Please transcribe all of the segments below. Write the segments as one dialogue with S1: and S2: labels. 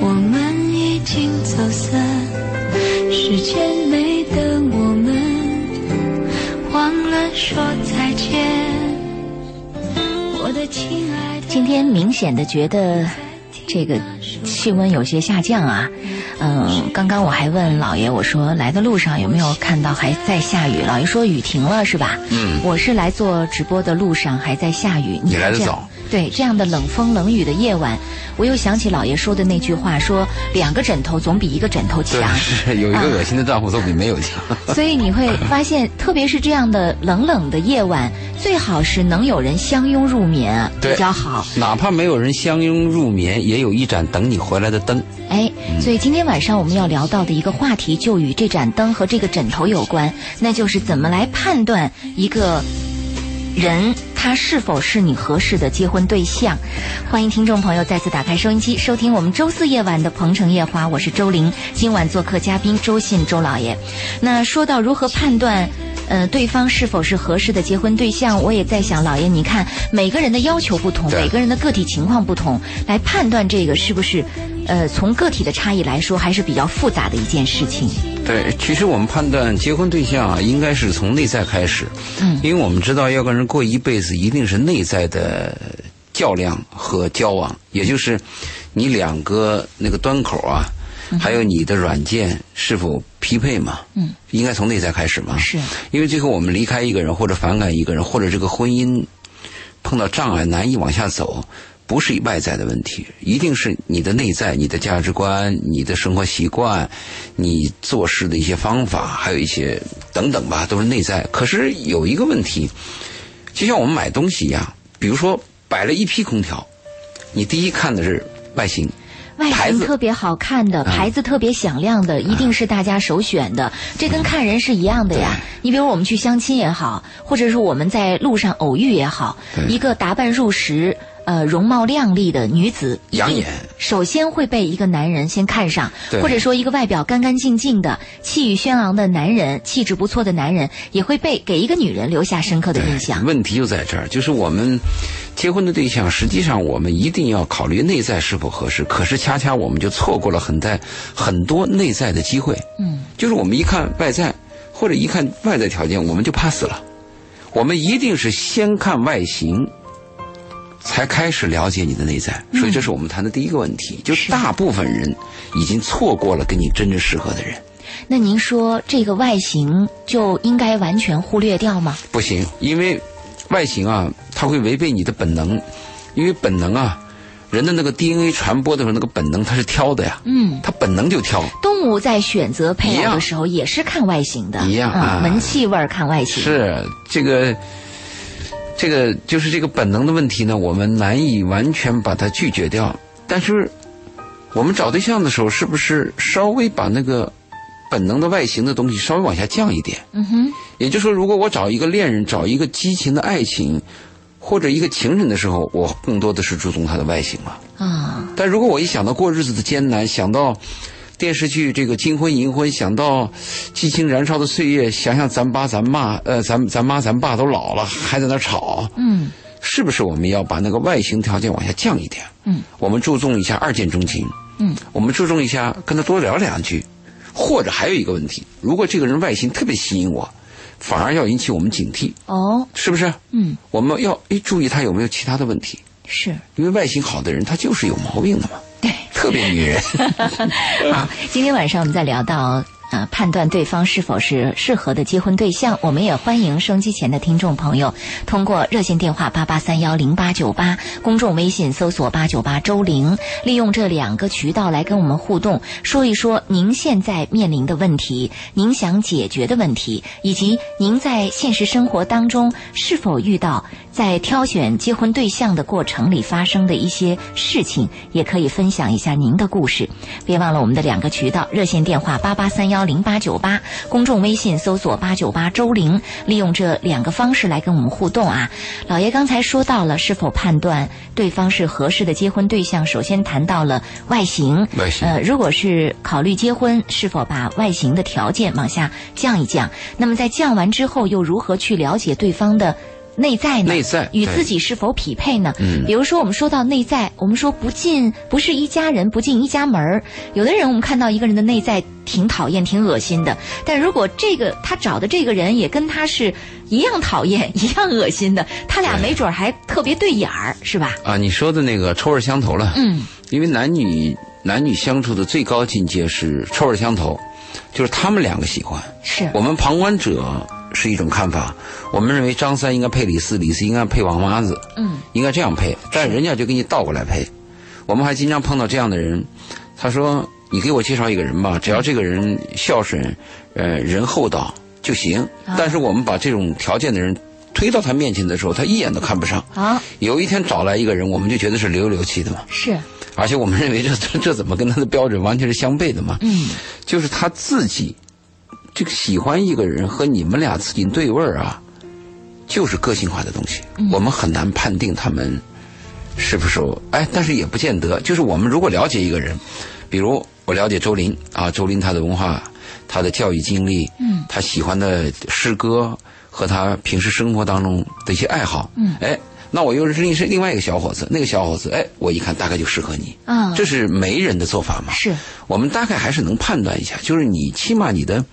S1: 我们已经走散，时间没等我们，忘了说再见。我的亲爱的，
S2: 今天明显的觉得这个气温有些下降啊。嗯，刚刚我还问老爷，我说来的路上有没有看到还在下雨？老爷说雨停了是吧？
S3: 嗯，
S2: 我是来做直播的路上还在下雨。你
S3: 你来
S2: 看
S3: 得
S2: 这样
S3: 早。
S2: 对，这样的冷风冷雨的夜晚，我又想起老爷说的那句话，说两个枕头总比一个枕头强嗯
S3: 对。，是有一个恶心的丈夫总比没有强。
S2: 所以你会发现，特别是这样的冷冷的夜晚，最好是能有人相拥入眠啊，比
S3: 对
S2: 较好。
S3: 哪怕没有人相拥入眠，也有一盏等你回来的灯。
S2: 哎，所以今天晚上我们要聊到的一个话题，就与这盏灯和这个枕头有关，那就是怎么来判断一个人他是否是你合适的结婚对象。欢迎听众朋友再次打开收音机，收听我们周四夜晚的《鹏城夜话》，我是周玲。今晚做客嘉宾周信周老爷。那说到如何判断。呃，对方是否是合适的结婚对象？我也在想，老爷，你看每个人的要求不同，
S3: 对
S2: 每个人的个体情况不同，来判断这个是不是，呃，从个体的差异来说，还是比较复杂的一件事情。
S3: 对，其实我们判断结婚对象啊，应该是从内在开始，
S2: 嗯，
S3: 因为我们知道要跟人过一辈子，一定是内在的较量和交往，也就是你两个那个端口啊，还有你的软件是否匹配嘛，
S2: 嗯，
S3: 应该从内在开始嘛，
S2: 是，
S3: 因为最后我们离开一个人，或者反感一个人，或者这个婚姻碰到障碍难以往下走，不是外在的问题，一定是你的内在、你的价值观、你的生活习惯、你做事的一些方法，还有一些等等吧，都是内在。可是有一个问题，就像我们买东西一样，比如说摆了一批空调，你第一看的是外形，
S2: 外
S3: 牌
S2: 形
S3: 子嗯
S2: 特别好看的，牌子特别响亮的，一定是大家首选的。这跟看人是一样的呀。你比如我们去相亲也好，或者是我们在路上偶遇也好，
S3: 对
S2: 一个打扮入时、呃容貌靓丽的女子，
S3: 养眼，
S2: 首先会被一个男人先看上，
S3: 对
S2: 或者说一个外表干干净净的、气宇轩昂的男人，气质不错的男人，也会被给一个女人留下深刻的印象。
S3: 问题就在这儿，就是我们结婚的对象，实际上我们一定要考虑内在是否合适，可是恰恰我们就错过了很在很多内在的机会。
S2: 嗯，
S3: 就是我们一看外在，或者一看外在条件，我们就 pass 了。我们一定是先看外形，才开始了解你的内在。
S2: 嗯
S3: 所以这是我们谈的第一个问题，就是大部分人已经错过了跟你真正适合的人。
S2: 那您说这个外形就应该完全忽略掉吗？
S3: 不行，因为外形啊，它会违背你的本能，因为本能啊，人的那个 DNA 传播的时候，那个本能它是挑的呀，
S2: 嗯。
S3: 它本能就挑。
S2: 动物在选择配
S3: 一
S2: 偶
S3: 样
S2: 的时候也是看外形的，
S3: 一样
S2: 嗯，
S3: 啊
S2: 闻气味儿看外形。
S3: 是这个，这个就是这个本能的问题呢，我们难以完全把它拒绝掉。但是我们找对象的时候，是不是稍微把那个本能的外形的东西稍微往下降一点？
S2: 嗯哼，
S3: 也就是说，如果我找一个恋人，找一个激情的爱情，或者一个情人的时候，我更多的是注重他的外形了。
S2: 啊、
S3: 但如果我一想到过日子的艰难，想到电视剧这个金婚银婚，想到激情燃烧的岁月，想想咱爸咱妈，呃，咱咱妈咱爸都老了，还在那儿吵，
S2: 嗯
S3: 是不是我们要把那个外形条件往下降一点？
S2: 嗯，
S3: 我们注重一下二见钟情。
S2: 嗯，
S3: 我们注重一下跟他多聊两句，或者还有一个问题，如果这个人外形特别吸引我，反而要引起我们警惕，
S2: 哦，
S3: 是不是？
S2: 嗯，
S3: 我们要哎注意他有没有其他的问题，
S2: 是
S3: 因为外形好的人他就是有毛病的嘛，
S2: 对。
S3: 特别 女人。
S2: 好，今天晚上我们再聊到。呃，判断对方是否是适合的结婚对象，我们也欢迎收机前的听众朋友通过热线电话八八三幺零八九八，公众微信搜索八九八周玲，利用这两个渠道来跟我们互动，说一说您现在面临的问题，您想解决的问题，以及您在现实生活当中是否遇到在挑选结婚对象的过程里发生的一些事情，也可以分享一下您的故事。别忘了我们的两个渠道：热线电话八八三幺零八九八，公众微信搜索八九八周玲。利用这两个方式来跟我们互动啊。老爷刚才说到了，是否判断对方是合适的结婚对象，首先谈到了外形。
S3: 外形
S2: 呃，如果是考虑结婚，是否把外形的条件往下降一降？那么在降完之后，又如何去了解对方的？内在呢？
S3: 内在
S2: 与
S3: 对
S2: 自己是否匹配呢？
S3: 嗯
S2: 比如说我们说到内在，我们说不进不是一家人，不进一家门儿。有的人我们看到一个人的内在挺讨厌、挺恶心的，但如果这个他找的这个人也跟他是一样讨厌、一样恶心的，他俩没准儿还特别对眼儿，是吧？
S3: 啊，你说的那个臭味相投了，
S2: 嗯，
S3: 因为男女男女相处的最高境界是臭味相投，就是他们两个喜欢。
S2: 是
S3: 我们旁观者是一种看法，我们认为张三应该配李四，李四应该配王麻子，
S2: 嗯，
S3: 应该这样配，但人家就给你倒过来配。我们还经常碰到这样的人，他说：“你给我介绍一个人吧，只要这个人孝顺，呃，人厚道就行。”但是我们把这种条件的人推到他面前的时候，他一眼都看不上。
S2: 啊，
S3: 有一天找来一个人，我们就觉得是流里流气的嘛，
S2: 是
S3: 而且我们认为这这这怎么跟他的标准完全是相悖的嘛？
S2: 嗯，
S3: 就是他自己这个喜欢一个人和你们俩自己对味儿啊，就是个性化的东西，我们很难判定他们是不是有哎，但是也不见得。就是我们如果了解一个人，比如我了解周林啊，周林他的文化、他的教育经历，嗯，他喜欢的诗歌和他平时生活当中的一些爱好，嗯，哎。那我又认识另外一个小伙子，那个小伙子，哎，我一看大概就适合你，
S2: 啊，
S3: 这是媒人的做法嘛？
S2: 是
S3: 我们大概还是能判断一下，就是你起码你的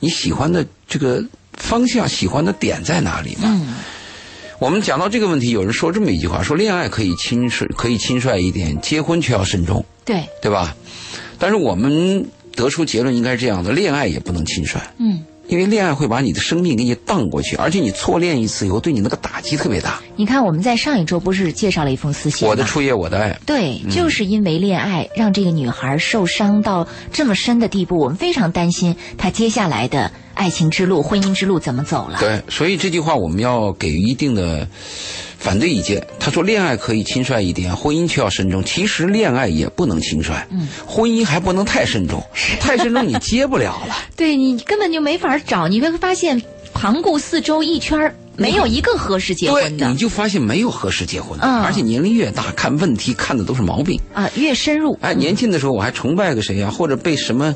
S3: 你喜欢的这个方向、喜欢的点在哪里嘛？
S2: 嗯
S3: 我们讲到这个问题，有人说这么一句话：说恋爱可以轻率，可以轻率一点，结婚却要慎重，
S2: 对，
S3: 对吧？但是我们得出结论应该是这样的：恋爱也不能轻率，
S2: 嗯。
S3: 因为恋爱会把你的生命给你荡过去，而且你错恋一次以后，对你那个打击特别大。
S2: 你看，我们在上一周不是介绍了一封私信吗？
S3: 我的初夜，我的爱，
S2: 对，就是因为恋爱让这个女孩受伤到这么深的地步，我们非常担心她接下来的爱情之路、婚姻之路怎么走了。
S3: 对，所以这句话我们要给予一定的反对意见。他说，恋爱可以轻率一点，婚姻却要慎重。其实恋爱也不能轻率，嗯，婚姻还不能太慎重，太慎重你接不了了。
S2: 对你根本就没法找，你会发现环顾四周一圈儿，没有一个合适 结
S3: 嗯对，
S2: 婚的
S3: 你就发现没有合适结婚的，
S2: 嗯
S3: 而且年龄越大，看问题看的都是毛病。
S2: 啊，越深入，
S3: 哎，年轻的时候我还崇拜个谁啊呀、或者被什么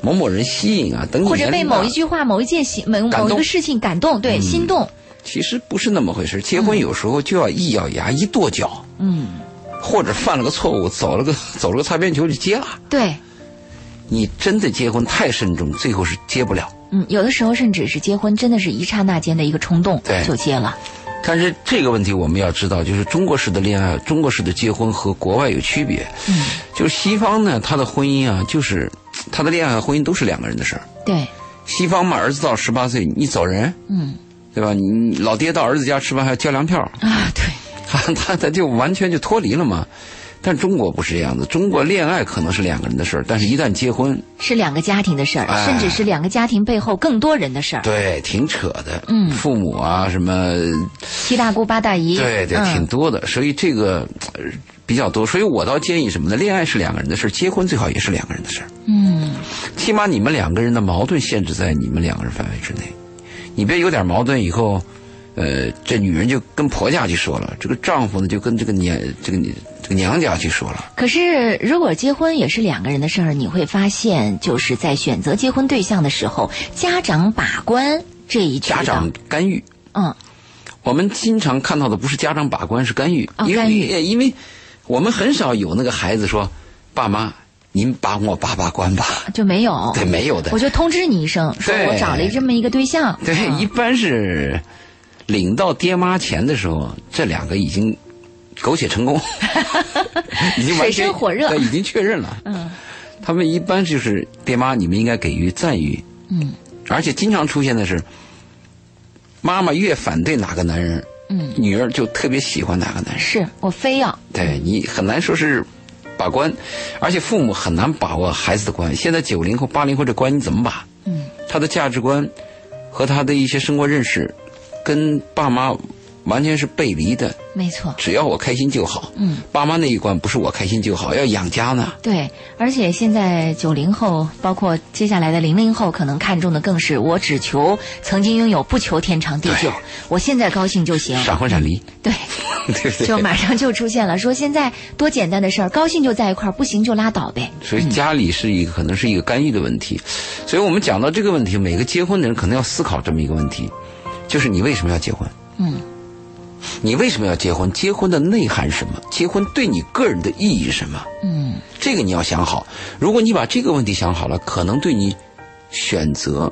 S3: 某某人吸引啊，等你
S2: 或者
S3: 年
S2: 被
S3: 龄大
S2: 某一句话、某一件行、某
S3: 感
S2: 某
S3: 动嗯
S2: 一个事情感动，对，心动，
S3: 其实不是那么回事。结婚有时候就要一咬牙一跺脚，
S2: 嗯，
S3: 或者犯了个错误，走了个走了个擦边球就结了。
S2: 对，
S3: 你真的结婚太慎重，最后是结不了。
S2: 嗯，有的时候甚至是结婚，真的是一刹那间的一个冲动
S3: 对
S2: 就结了，
S3: 但是这个问题我们要知道，就是中国式的恋爱、中国式的结婚和国外有区别。
S2: 嗯，
S3: 就是西方呢，他的婚姻啊，就是他的恋爱和婚姻都是两个人的事儿。
S2: 对，
S3: 西方嘛，儿子到十八岁你走人，
S2: 嗯
S3: 对吧？你老爹到儿子家吃饭还要交粮票，
S2: 啊，对。
S3: 他他他就完全就脱离了嘛。但中国不是这样子，中国恋爱可能是两个人的事儿，但是一旦结婚，
S2: 是两个家庭的事儿，
S3: 哎
S2: 甚至是两个家庭背后更多人的事儿，
S3: 对，挺扯的。
S2: 嗯
S3: 父母啊，什么
S2: 七大姑八大姨，
S3: 对对，挺
S2: 嗯、
S3: 多的，所以这个呃比较多。所以我倒建议什么呢？恋爱是两个人的事儿，结婚最好也是两个人的事儿。
S2: 嗯，
S3: 起码你们两个人的矛盾限制在你们两个人范围之内，你别有点矛盾以后，呃，这女人就跟婆家去说了，这个丈夫呢就跟这个娘这个这个娘家去说了。
S2: 可是如果结婚也是两个人的事儿，你会发现，就是在选择结婚对象的时候，家长把关这一句，
S3: 家长，干预，
S2: 嗯，
S3: 我们经常看到的不是家长把关，是干预。
S2: 哦
S3: 因为
S2: 干预
S3: 呃因为我们很少有那个孩子说：“爸妈，您把我把把关吧。
S2: 就没有”，
S3: 对，没有的
S2: 哦我。就通知你一声，说
S3: 对
S2: 我找了这么一个对象，
S3: 对，
S2: 嗯
S3: 一般是领到爹妈钱的时候，这两个已经苟 且成功，已经完
S2: 水
S3: 全
S2: 深火热
S3: 对，已经确认了。嗯，他们一般就是爹妈，你们应该给予赞誉。
S2: 嗯，
S3: 而且经常出现的是，妈妈越反对哪个男人，
S2: 嗯，
S3: 女儿就特别喜欢哪个男人。
S2: 是我非要，
S3: 对哎你很难说是把关，而且父母很难把握孩子的关。现在九零后、八零后这关你怎么把？
S2: 嗯，
S3: 他的价值观和他的一些生活认识，跟爸妈完全是背离的。
S2: 没错。
S3: 只要我开心就好。
S2: 嗯，
S3: 爸妈那一关不是我开心就好，要养家呢。
S2: 对，而且现在九零后，包括接下来的零零后，可能看重的更是我只求曾经拥有，不求天长地久
S3: 对。
S2: 我现在高兴就行。
S3: 闪婚闪离，
S2: 对，
S3: 对不对？
S2: 就马上就出现了，说现在多简单的事儿，高兴就在一块儿，不行就拉倒呗。
S3: 所以家里是一个可能是一个干预的问题，所以我们讲到这个问题，每个结婚的人可能要思考这么一个问题，就是你为什么要结婚？
S2: 嗯，
S3: 你为什么要结婚？结婚的内涵是什么？结婚对你个人的意义是什么？
S2: 嗯，
S3: 这个你要想好。如果你把这个问题想好了，可能对你选择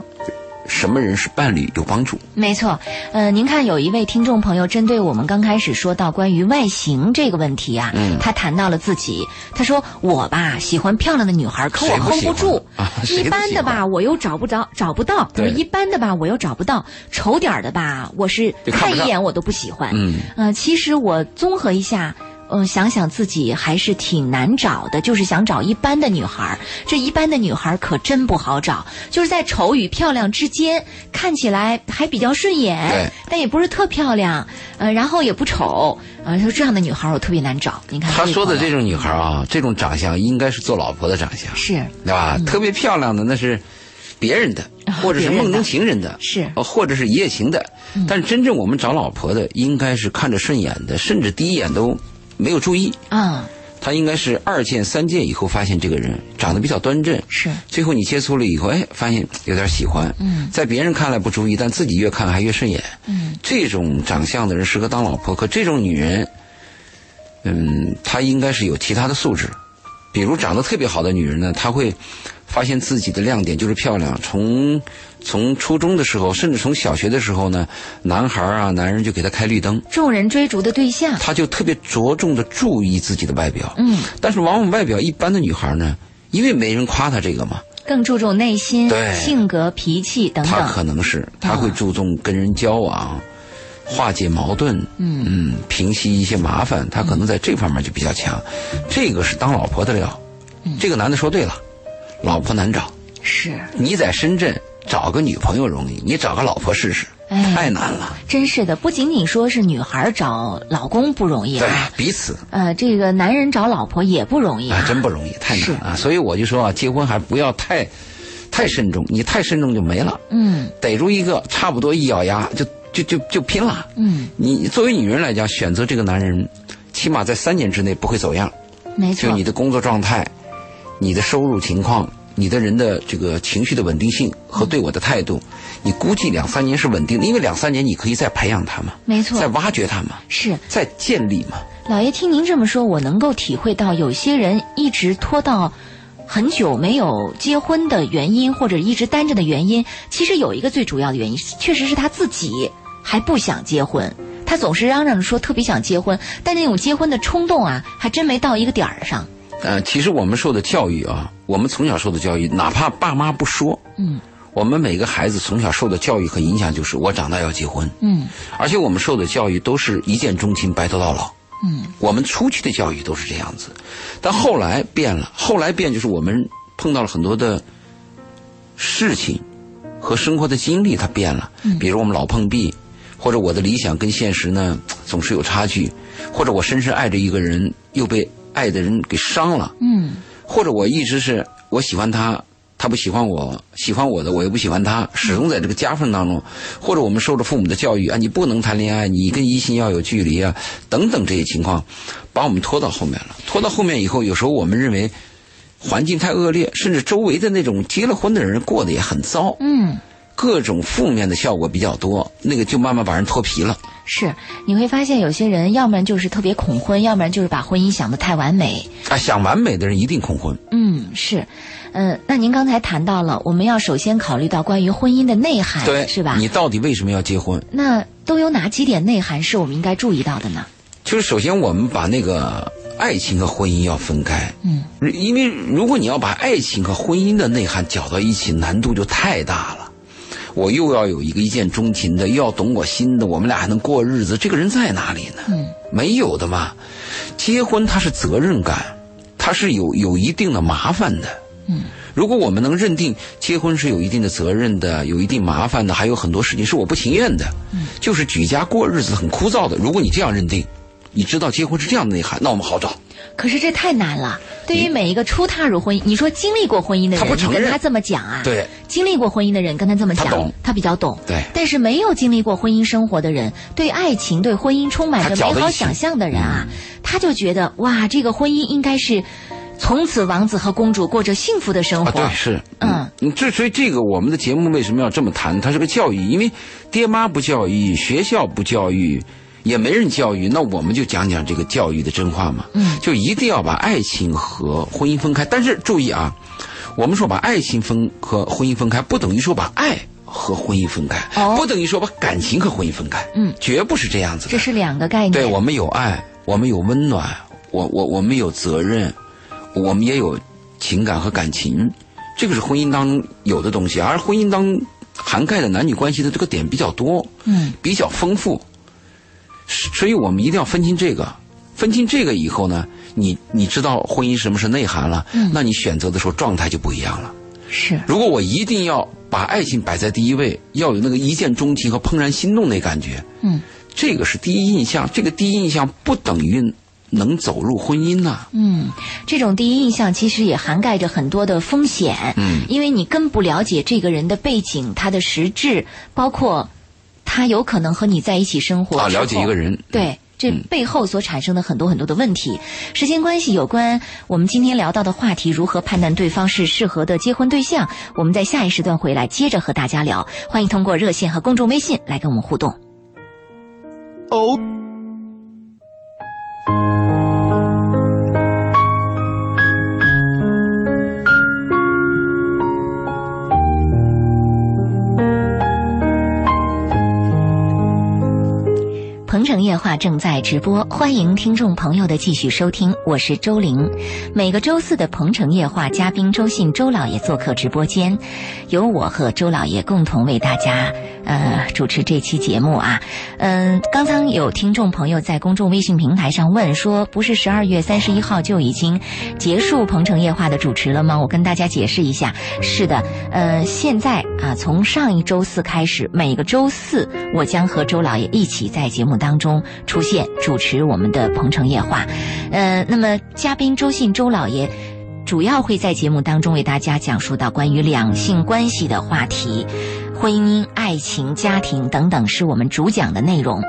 S3: 什么人是伴侣有帮助。
S2: 没错，呃，您看有一位听众朋友针对我们刚开始说到关于外形这个问题啊，
S3: 嗯
S2: 他谈到了自己，他说我吧喜欢漂亮的女孩，可我
S3: 谁不
S2: hold
S3: 喜
S2: 不
S3: 欢
S2: 住，
S3: 啊 谁
S2: 一
S3: 不
S2: 般
S3: 喜
S2: 的
S3: 欢
S2: 吧我又找不着，找不到，他说
S3: 对
S2: 一般的吧我又找不到，丑点儿的吧我是
S3: 就看
S2: 看
S3: 不
S2: 一
S3: 上
S2: 眼我都不喜欢，
S3: 嗯，
S2: 呃，其实我综合一下。嗯，想想自己还是挺难找的，就是想找一般的女孩儿。这一般的女孩儿可真不好找，就是在丑与漂亮之间，看起来还比较顺眼
S3: 对，
S2: 但也不是特漂亮，呃，然后也不丑，啊、说这样的女孩儿我特别难找。你看
S3: 他
S2: 位
S3: 说的
S2: 朋
S3: 这
S2: 友
S3: 种女孩啊，这种长相应该是做老婆的长相，
S2: 是
S3: 对吧？特别漂亮的那是别人的，或者是
S2: 嗯别人的
S3: 梦中情人的，
S2: 是
S3: 呃或者是一夜情的。但是真正我们找老婆的，应该是看着顺眼的，甚至第一眼都没有注意。
S2: 啊、
S3: 他应该是二见、三见以后发现这个人长得比较端正，
S2: 是
S3: 最后你接触了以后，哎，发现有点喜欢，
S2: 嗯，
S3: 在别人看来不注意，但自己越看还越顺眼，
S2: 嗯，
S3: 这种长相的人适合当老婆，可这种女人，嗯，她应该是有其他的素质，比如长得特别好的女人呢，她会发现自己的亮点就是漂亮，从从初中的时候，甚至从小学的时候呢，男孩啊，男人就给她开绿灯，
S2: 众人追逐的对象，
S3: 她就特别着重的注意自己的外表，
S2: 嗯，
S3: 但是往往外表一般的女孩呢，因为没人夸她这个嘛，
S2: 更注重内心、
S3: 对
S2: 性格、脾气等
S3: 她
S2: 等。
S3: 可能是她会注重跟人交往，化解矛盾，嗯平息一些麻烦，她可能在这方面就比较强，这个是当老婆的料。
S2: 嗯
S3: 这个男的说对了，老婆难找，
S2: 是，
S3: 你在深圳找个女朋友容易，你找个老婆试试，
S2: 哎
S3: 太难了。
S2: 真是的，不仅仅说是女孩儿找老公不容易
S3: 对
S2: 啊，，
S3: 彼此
S2: 呃，这个男人找老婆也不容易
S3: 啊，真不容易，太
S2: 是
S3: 难了。所以我就说啊，结婚还不要太太慎重，你太慎重就没了。
S2: 嗯
S3: 逮住一个，差不多一咬牙就就就就拼了。
S2: 嗯，
S3: 你作为女人来讲，选择这个男人，起码在三年之内不会走样。
S2: 没
S3: 就
S2: 错
S3: 你，的工作状态、你的收入情况、你的人的这个情绪的稳定性和对我的态度，你估计两三年是稳定的，因为两三年你可以再培养他嘛，
S2: 没
S3: 再
S2: 错，
S3: 挖掘他嘛，
S2: 是
S3: 再建立嘛。
S2: 老爷听您这么说，我能够体会到有些人一直拖到很久没有结婚的原因，或者一直单着的原因，其实有一个最主要的原因，确实是他自己还不想结婚。他总是嚷嚷着说特别想结婚，但那种结婚的冲动啊，还真没到一个点儿上。
S3: 呃，其实我们受的教育啊，我们从小受的教育，哪怕爸妈不说，
S2: 嗯
S3: 我们每个孩子从小受的教育和影响就是，我长大要结婚。
S2: 嗯
S3: 而且我们受的教育都是一见钟情、白头到老。
S2: 嗯，
S3: 我们初期的教育都是这样子，但后来变了。后来变就是我们碰到了很多的事情和生活的经历，它变了。比如我们老碰壁，或者我的理想跟现实呢总是有差距，或者我深深爱着一个人，又被爱的人给伤了。
S2: 嗯
S3: 或者我一直是我喜欢他，他不喜欢我，喜欢我的我又不喜欢他，始终在这个夹缝当中，或者我们受着父母的教育啊，你不能谈恋爱，你跟异性要有距离啊，等等这些情况，把我们拖到后面了。拖到后面以后，有时候我们认为环境太恶劣，甚至周围的那种结了婚的人过得也很糟，
S2: 嗯。
S3: 各种负面的效果比较多，那个就慢慢把人脱皮了。
S2: 是，你会发现有些人，要不然就是特别恐婚，要不然就是把婚姻想得太完美。
S3: 啊，想完美的人一定恐婚。
S2: 嗯，是，嗯、那您刚才谈到了，我们要首先考虑到关于婚姻的内涵，
S3: 对，
S2: 是吧？
S3: 你到底为什么要结婚？
S2: 那都有哪几点内涵是我们应该注意到的呢？
S3: 就是首先我们把那个爱情和婚姻要分开，
S2: 嗯，
S3: 因为如果你要把爱情和婚姻的内涵搅到一起，难度就太大了。我又要有一个一见钟情的，又要懂我心的，我们俩还能过日子，这个人在哪里呢？
S2: 嗯，
S3: 没有的嘛。结婚它是责任感，它是有有一定的麻烦的。
S2: 嗯，
S3: 如果我们能认定结婚是有一定的责任的，有一定麻烦的，还有很多事情是我不情愿的，嗯、就是举家过日子很枯燥的。如果你这样认定，你知道结婚是这样的内涵，那我们好找。
S2: 可是这太难了，对于每一个初踏入婚姻，你说经历过婚姻的
S3: 他
S2: 人，
S3: 不承
S2: 你跟
S3: 认
S2: 他这么讲啊？
S3: 对，
S2: 经历过婚姻的人跟他这么讲，
S3: 他懂
S2: 比较懂。
S3: 对
S2: 但是没有经历过婚姻生活的人，对爱情、对婚姻充满着
S3: 他搅得
S2: 美好
S3: 一起嗯
S2: 想象的人啊，他就觉得哇，这个婚姻应该是从此王子和公主过着幸福的生
S3: 啊，
S2: 活。
S3: 对，是，
S2: 嗯，
S3: 这所以这个我们的节目为什么要这么谈？它是个教育，因为爹妈不教育，学校不教育，也没人教育，那我们就讲讲这个教育的真话嘛。
S2: 嗯，
S3: 就一定要把爱情和婚姻分开。但是注意啊，我们说把爱情分和婚姻分开，不等于说把爱和婚姻分开，
S2: 哦
S3: 不等于说把感情和婚姻分开。
S2: 嗯
S3: 绝不是这样子的
S2: 这。是两个概念。
S3: 对我们有爱，我们有温暖，我我我们有责任，我们也有情感和感情，这个是婚姻当中有的东西，而婚姻当中涵盖的男女关系的这个点比较多，
S2: 嗯，
S3: 比较丰富，所以我们一定要分清这个。分清这个以后呢，你你知道婚姻什么是内涵了，那你选择的时候状态就不一样了。
S2: 是
S3: 如果我一定要把爱情摆在第一位，要有那个一见钟情和怦然心动那感觉，
S2: 嗯，
S3: 这个是第一印象，这个第一印象不等于能走入婚姻呐、
S2: 嗯，这种第一印象其实也涵盖着很多的风险，
S3: 嗯，
S2: 因为你更不了解这个人的背景、他的实质，包括他有可能和你在一起生活
S3: 啊，
S2: 之后
S3: 了解一个人，嗯
S2: 对。这背后所产生的很多很多的问题，时间关系，有关我们今天聊到的话题，如何判断对方是适合的结婚对象，我们在下一时段回来接着和大家聊。欢迎通过热线和公众微信来跟我们互动。
S4: 哦。
S2: 鹏城夜话正在直播，欢迎听众朋友的继续收听，我是周玲。每个周四的鹏城夜话，嘉宾周信周老爷做客直播间，由我和周老爷共同为大家呃主持这期节目啊。嗯，刚刚有听众朋友在公众微信平台上问说，不是十二月三十一号就已经结束鹏城夜话的主持了吗？我跟大家解释一下，是的，呃，现在啊，从上一周四开始，每个周四我将和周老爷一起在节目当中出现，主持我们的《鹏城夜话》。呃，那么嘉宾周信周老爷。主要会在节目当中为大家讲述到关于两性关系的话题，婚姻、爱情、家庭等等是我们主讲的内容。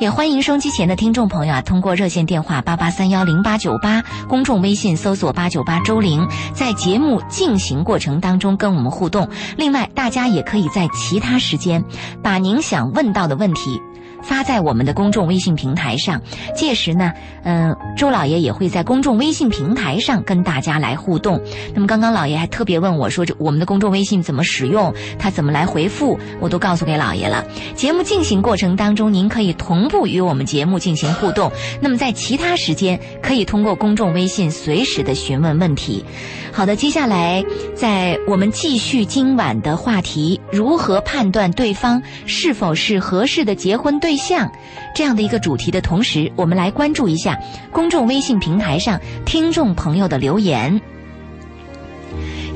S2: 也欢迎收机前的听众朋友啊，通过热线电话八八三幺零八九八，公众微信搜索八九八周玲，在节目进行过程当中跟我们互动。另外，大家也可以在其他时间把您想问到的问题。发在我们的公众微信平台上，届时呢，嗯、周老爷也会在公众微信平台上跟大家来互动。那么刚刚老爷还特别问我说，这我们的公众微信怎么使用，他怎么来回复，我都告诉给老爷了。节目进行过程当中，您可以同步与我们节目进行互动。那么在其他时间，可以通过公众微信随时的询问问题。好的，接下来在我们继续今晚的话题：如何判断对方是否是合适的结婚对象这样的一个主题的同时，我们来关注一下公众微信平台上听众朋友的留言。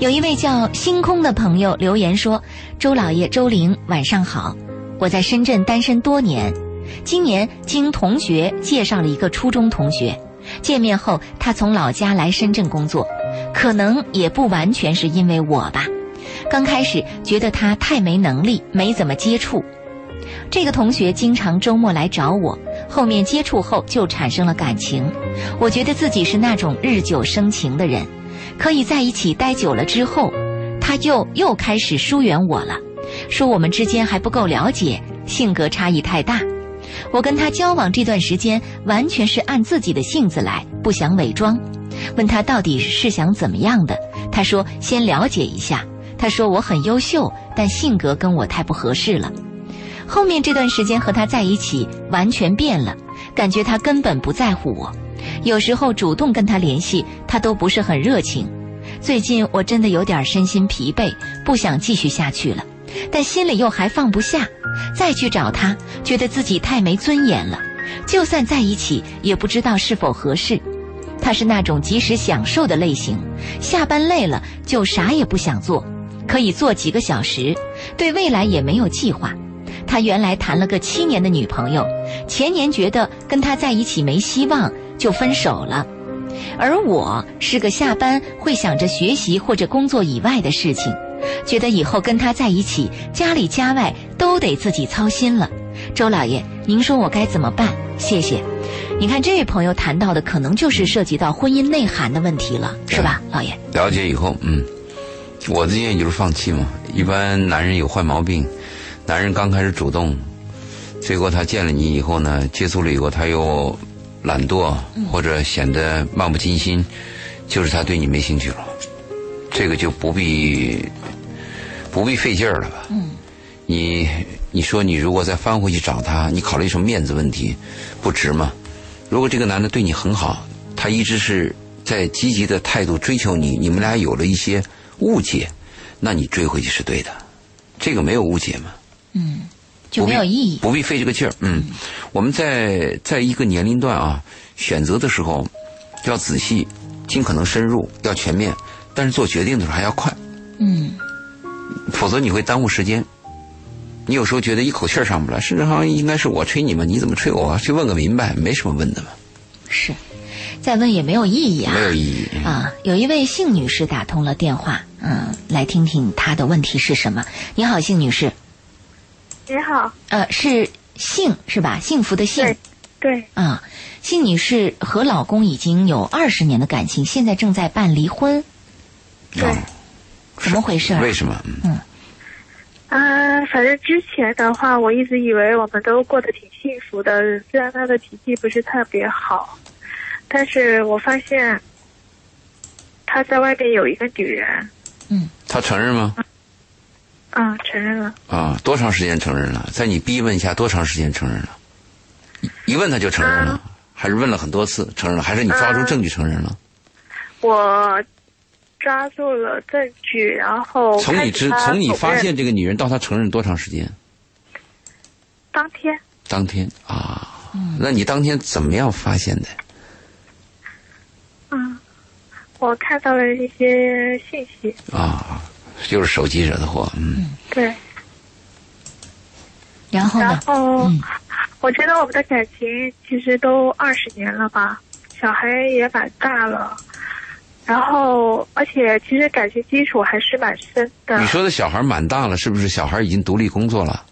S2: 有一位叫星空的朋友留言说：“周老爷、周玲，晚上好，我在深圳单身多年，今年经同学介绍了一个初中同学，见面后他从老家来深圳工作，可能也不完全是因为我吧。刚开始觉得他太没能力，没怎么接触。这个同学经常周末来找我，后面接触后就产生了感情。我觉得自己是那种日久生情的人，可以在一起待久了之后，他就又开始疏远我了，说我们之间还不够了解，性格差异太大。我跟他交往这段时间，完全是按自己的性子来，不想伪装。问他到底是想怎么样的，他说先了解一下。他说我很优秀，但性格跟我太不合适了。后面这段时间和他在一起，完全变了，感觉他根本不在乎我。有时候主动跟他联系，他都不是很热情。最近我真的有点身心疲惫，不想继续下去了，但心里又还放不下。再去找他，觉得自己太没尊严了。就算在一起，也不知道是否合适。他是那种及时享受的类型，下班累了就啥也不想做，可以做几个小时，对未来也没有计划。他原来谈了个七年的女朋友，前年觉得跟他在一起没希望，就分手了。而我是个下班会想着学习或者工作以外的事情，觉得以后跟他在一起，家里家外都得自己操心了。周老爷，您说我该怎么办？谢谢。你看这位朋友谈到的，可能就是涉及到婚姻内涵的问题了，是吧，老爷？
S3: 了解以后，嗯，我的建议就是放弃嘛。一般男人有坏毛病，男人刚开始主动，结果他见了你以后呢，接触了以后他又懒惰或者显得漫不经心，就是他对你没兴趣了，这个就不必不必费劲儿了吧？嗯，你你说你如果再翻回去找他，你考虑什么面子问题，不值吗？如果这个男的对你很好，他一直是在积极的态度追求你，你们俩有了一些误解，那你追回去是对的，这个没有误解嘛？
S2: 就没有意义。
S3: 不必费这个劲儿。嗯，我们在在一个年龄段啊，选择的时候要仔细，尽可能深入，要全面，但是做决定的时候还要快，
S2: 嗯，
S3: 否则你会耽误时间。你有时候觉得一口气儿上不来，甚至好像应该是我吹你们，你怎么吹我啊？去问个明白，没什么问的嘛，
S2: 是，再问也没有意义啊。
S3: 没有意义。
S2: 啊，有一位姓女士打通了电话，嗯，来听听她的问题是什么。你好，姓女士，
S5: 你好，
S2: 呃，是幸是吧？幸福的幸
S5: 对对，
S2: 啊，幸女士和老公已经有二十年的感情，现在正在办离婚，
S5: 对
S3: 啊
S2: 怎么回事啊？
S3: 为什么？嗯
S5: 啊、反正之前的话，我一直以为我们都过得挺幸福的，虽然他的脾气不是特别好，但是我发现他在外面有一个女人，
S3: 他承认吗？
S5: 嗯，承认了，
S3: 啊，多长时间承认了？在你逼问下，多长时间承认了？一一问他就承认了，还是问了很多次承认了？还是你抓住证据承认了？
S5: 我抓住了证据，然后
S3: 从你知
S5: 开始啊他
S3: 从你发
S5: 否认
S3: 现这个女人到她承认多长时间？
S5: 当天，
S3: 当天啊，那你当天怎么样发现的？
S5: 嗯，我看到了一些信息，
S3: 啊，就是手机惹的祸，嗯，
S5: 对，
S2: 然后
S5: 然
S2: 呢？
S5: 后、
S2: 嗯
S5: 我觉得我们的感情其实都二十年了吧，小孩也蛮大了，然后而且其实感情基础还是蛮深的
S2: 啊
S3: 你。说的小孩蛮大了，是不是？小孩已经独立工作了？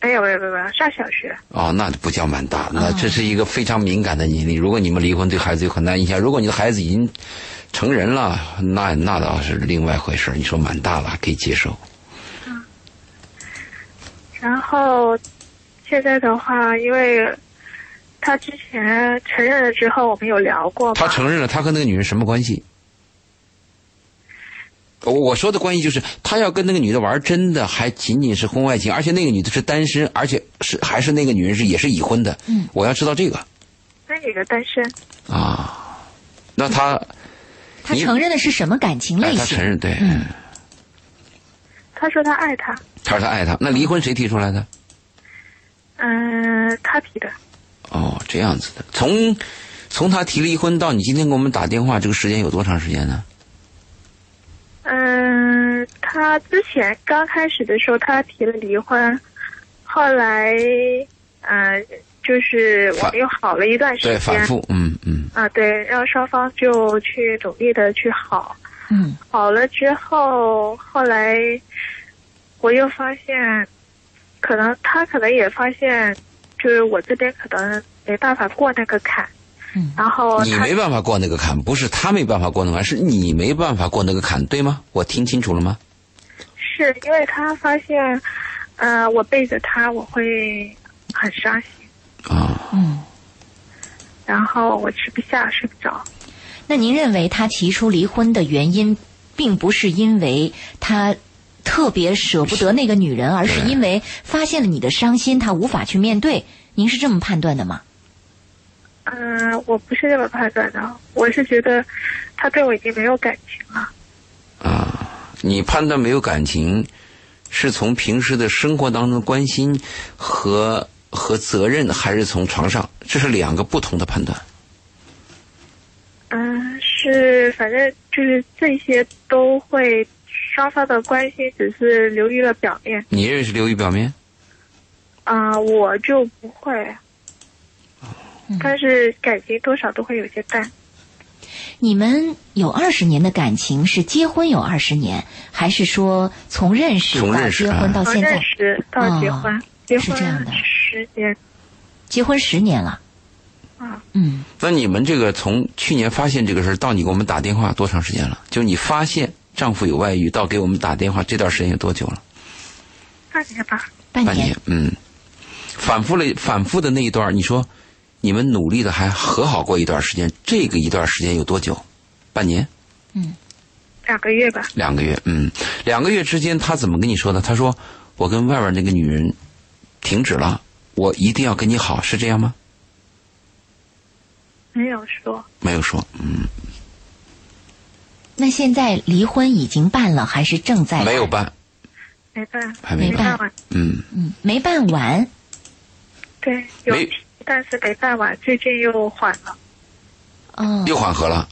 S5: 没哎有没有没有没有，上小学。
S3: 哦，那不叫蛮
S2: 啊
S3: 大，那这是一个非常敏感的年龄。如果你们离婚，对孩子有很大影响。如果你的孩子已经成人了，那那倒是另外一回事儿。你说蛮大了，还可以接
S2: 哦
S3: 受。
S5: 然后现在的话，因为他之前承认了之后，我们有聊过
S3: 他
S5: 嘛，
S3: 承认了，他和那个女人什么关系？我我说的关系就是，他要跟那个女的玩真的，还仅仅是婚外情，而且那个女的是单身，而且是还是那个女人是也是已婚的。
S2: 嗯，
S3: 我要知道这个
S5: 那女的单身，
S3: 啊。那他，
S2: 他
S3: 你
S2: 承认的是什么感情
S3: 哎，
S2: 类
S3: 他
S2: 型？
S3: 承认对，
S2: 嗯
S5: 他说他爱他，
S3: 他说他爱他。那离婚谁提出来的？
S5: 嗯、他提的，
S3: 哦，这样子的。从从他提离婚到你今天给我们打电话，这个时间有多长时间呢？
S5: 嗯、他之前刚开始的时候，他提了离婚，后来，呃，就是我
S3: 反
S5: 们又好了一段时
S3: 对，反
S5: 间，
S3: 复，嗯嗯。
S5: 啊，对，然后双方就去努力的去好，
S2: 嗯
S5: 好了之后，后来我又发现，可能他可能也发现，就是我这边可能没办法过那个坎，
S2: 嗯
S5: 然后
S3: 你
S5: 他
S3: 没办法过那个坎，不是他没办法过那个坎，是你没办法过那个坎，对吗？我听清楚了吗？
S5: 是因为他发现，呃，我背着他我会很伤心，
S3: 啊，
S2: 嗯。
S5: 然后我吃不下睡不着，
S2: 那您认为他提出离婚的原因，并不是因为他特别舍不得那个女人，而是因为发现了你的伤心，他无法去面对。您是这么判断的吗？
S5: 嗯、我不是这么判断的，我是觉得他对我已经没有感情了，
S3: 啊你判断没有感情，是从平时的生活当中的关心和和责任，还是从床上？这是两个不同的判断。
S5: 嗯、是反正就是这些都会。双方的关系只是流于了表面，
S3: 你认识流于表面？
S5: 啊、我就不会，
S2: 嗯
S5: 但是感情多少都会有些淡，
S2: 你们有二十年的感情，是结婚有二十年，还是说从认识
S3: 从
S2: 到
S3: 认识
S2: 结婚
S3: 啊
S2: 到
S5: 从
S2: 现在
S5: 认？识到结婚，
S2: 哦
S5: 结
S2: 是
S5: 婚
S2: 这样的
S5: 十年，
S2: 结婚十年了。
S5: 啊
S2: 嗯，
S3: 那你们这个从去年发现这个事儿到你给我们打电话多长时间了？就你发现丈夫有外遇到给我们打电话这段时间有多久了？
S5: 半年吧。
S2: 半
S3: 半年。嗯，反复了反复的那一段，你说你们努力的还和好过一段时间，这个一段时间有多久？半年？
S5: 两个月吧。
S3: 两个月，嗯，两个月之间，他怎么跟你说的？他说：“我跟外边那个女人停止了，我一定要跟你好，是这样吗
S5: 没有说，？”
S3: 没有说，嗯，
S2: 那现在离婚已经办了，还是正在办
S3: 没有办，
S5: 没办，
S3: 还没
S2: 没
S3: 办，
S2: 办
S5: 完。
S3: 嗯，
S2: 嗯，没办完，
S5: 对，有
S3: 没
S5: 提，但是没办完，最近又缓了。
S2: 嗯，
S3: 又缓和了，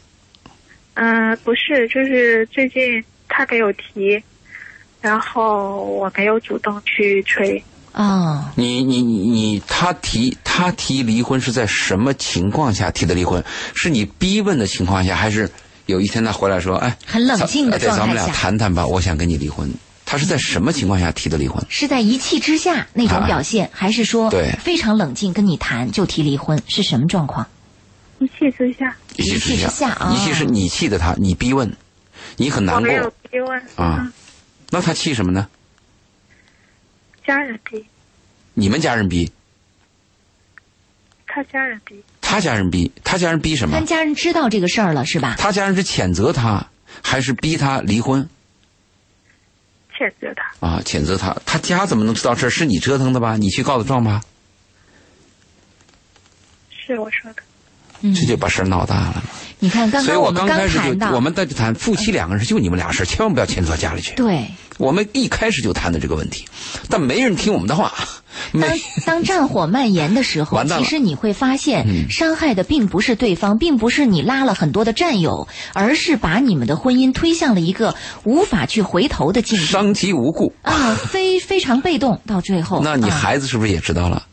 S5: 嗯、不是，就是最近他给我提，然后我没有主动去催。
S2: 哦，
S3: 你你你你，他提他提离婚是在什么情况下提的离婚？是你逼问的情况下，还是有一天他回来说：“哎，
S2: 很冷
S3: 咱
S2: 静的
S3: 哎对
S2: 状态
S3: 咱们俩
S2: 下
S3: 谈谈吧，我想跟你离婚。”他是在什么情况下提的离婚？
S2: 是在一气之下那种表现，还是说
S3: 啊对
S2: 非常冷静跟你谈就提离婚，是什么状况？
S3: 啊
S5: 一气之下，
S3: 一气之
S2: 一气之下啊
S3: 一气是你气的他，你逼问，你很
S5: 我
S3: 难
S5: 没有
S3: 过，
S5: 逼问
S3: 啊
S5: 嗯
S3: 那他气什么呢？
S5: 家人逼，
S3: 你们家人逼，
S5: 他家人逼，
S3: 他家人逼，他家人逼什
S2: 他
S3: 么？
S2: 家人知道这个事儿了是吧？
S3: 他家人是谴责他，还是逼他离婚
S5: 谴责他。
S3: 啊？谴责他，他家怎么能知道这是你折腾的吧？你去告的状吧，
S5: 是我说的，
S2: 嗯，
S3: 这就把事儿闹大了嘛。
S2: 你看刚
S3: 所以
S2: 刚我们
S3: 刚
S2: 刚
S3: 开始
S2: 谈
S3: 就
S2: 到，
S3: 我们在这谈夫妻两个人就你们俩事儿，千万不要牵扯到家里去。
S2: 对，
S3: 我们一开始就谈的这个问题，但没人听我们的话，
S2: 当
S3: 没
S2: 当战火蔓延的时候，
S3: 完蛋
S2: 其
S3: 了嗯
S2: 实你会发现，伤害的并不是对方，并不是你拉了很多的战友，而是把你们的婚姻推向了一个无法去回头的境地
S3: 伤及无故。
S2: 啊，非非常被动，到最后，
S3: 那你
S2: 啊
S3: 孩子是不是也知道了？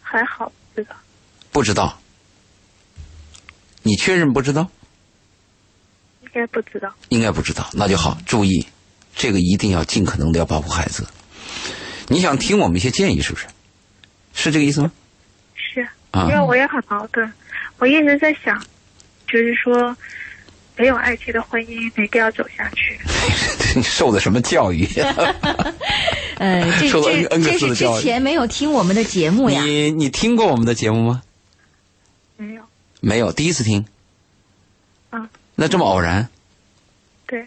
S5: 还好知道，
S3: 不知道，你确认不知道？
S5: 应该不知道。
S3: 应该不知道，那就好。注意，这个一定要尽可能的要保护孩子。你想听我们一些建议是不是？是这个意思吗？
S5: 是，
S3: 啊
S5: 因为我也很矛盾，我一直在想，就是说，没有爱情的婚姻没必要走下去。
S3: 你受的什么教育？
S2: 呃，这
S3: 受到恩
S2: 这
S3: 恩格
S2: 这
S3: 斯
S2: 是
S3: 的
S2: 之
S3: 教育
S2: 前没有听我们的节目呀，
S3: 你你听过我们的节目吗？
S5: 没有，
S3: 没有，第一次听。
S5: 嗯，
S3: 那这么偶然，
S5: 对，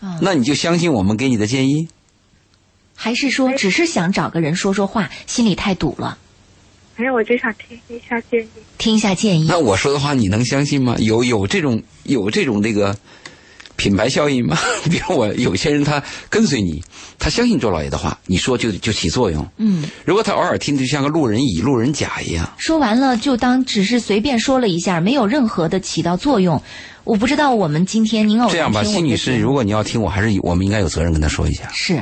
S2: 啊，
S3: 那你就相信我们给你的建议？
S2: 还是说只是想找个人说说话，心里太堵了，
S5: 没有，我就想听一下建议。
S2: 听一下建议
S3: 那。我说的话你能相信吗？有有这种有这种这个品牌效应吗？ 比如我有些人他跟随你，他相信周老爷的话，你说就就起作用。
S2: 嗯，
S3: 如果他偶尔听，就像个路人乙、路人甲一样。
S2: 说完了就当只是随便说了一下，没有任何的起到作用。我不知道我们今天您偶然
S3: 这样吧，
S2: 哦听我
S3: 辛
S2: 们的
S3: 女
S2: 节
S3: 士，
S2: 目
S3: 如果你要听我，还是我们应该有责任跟她说一下。
S2: 是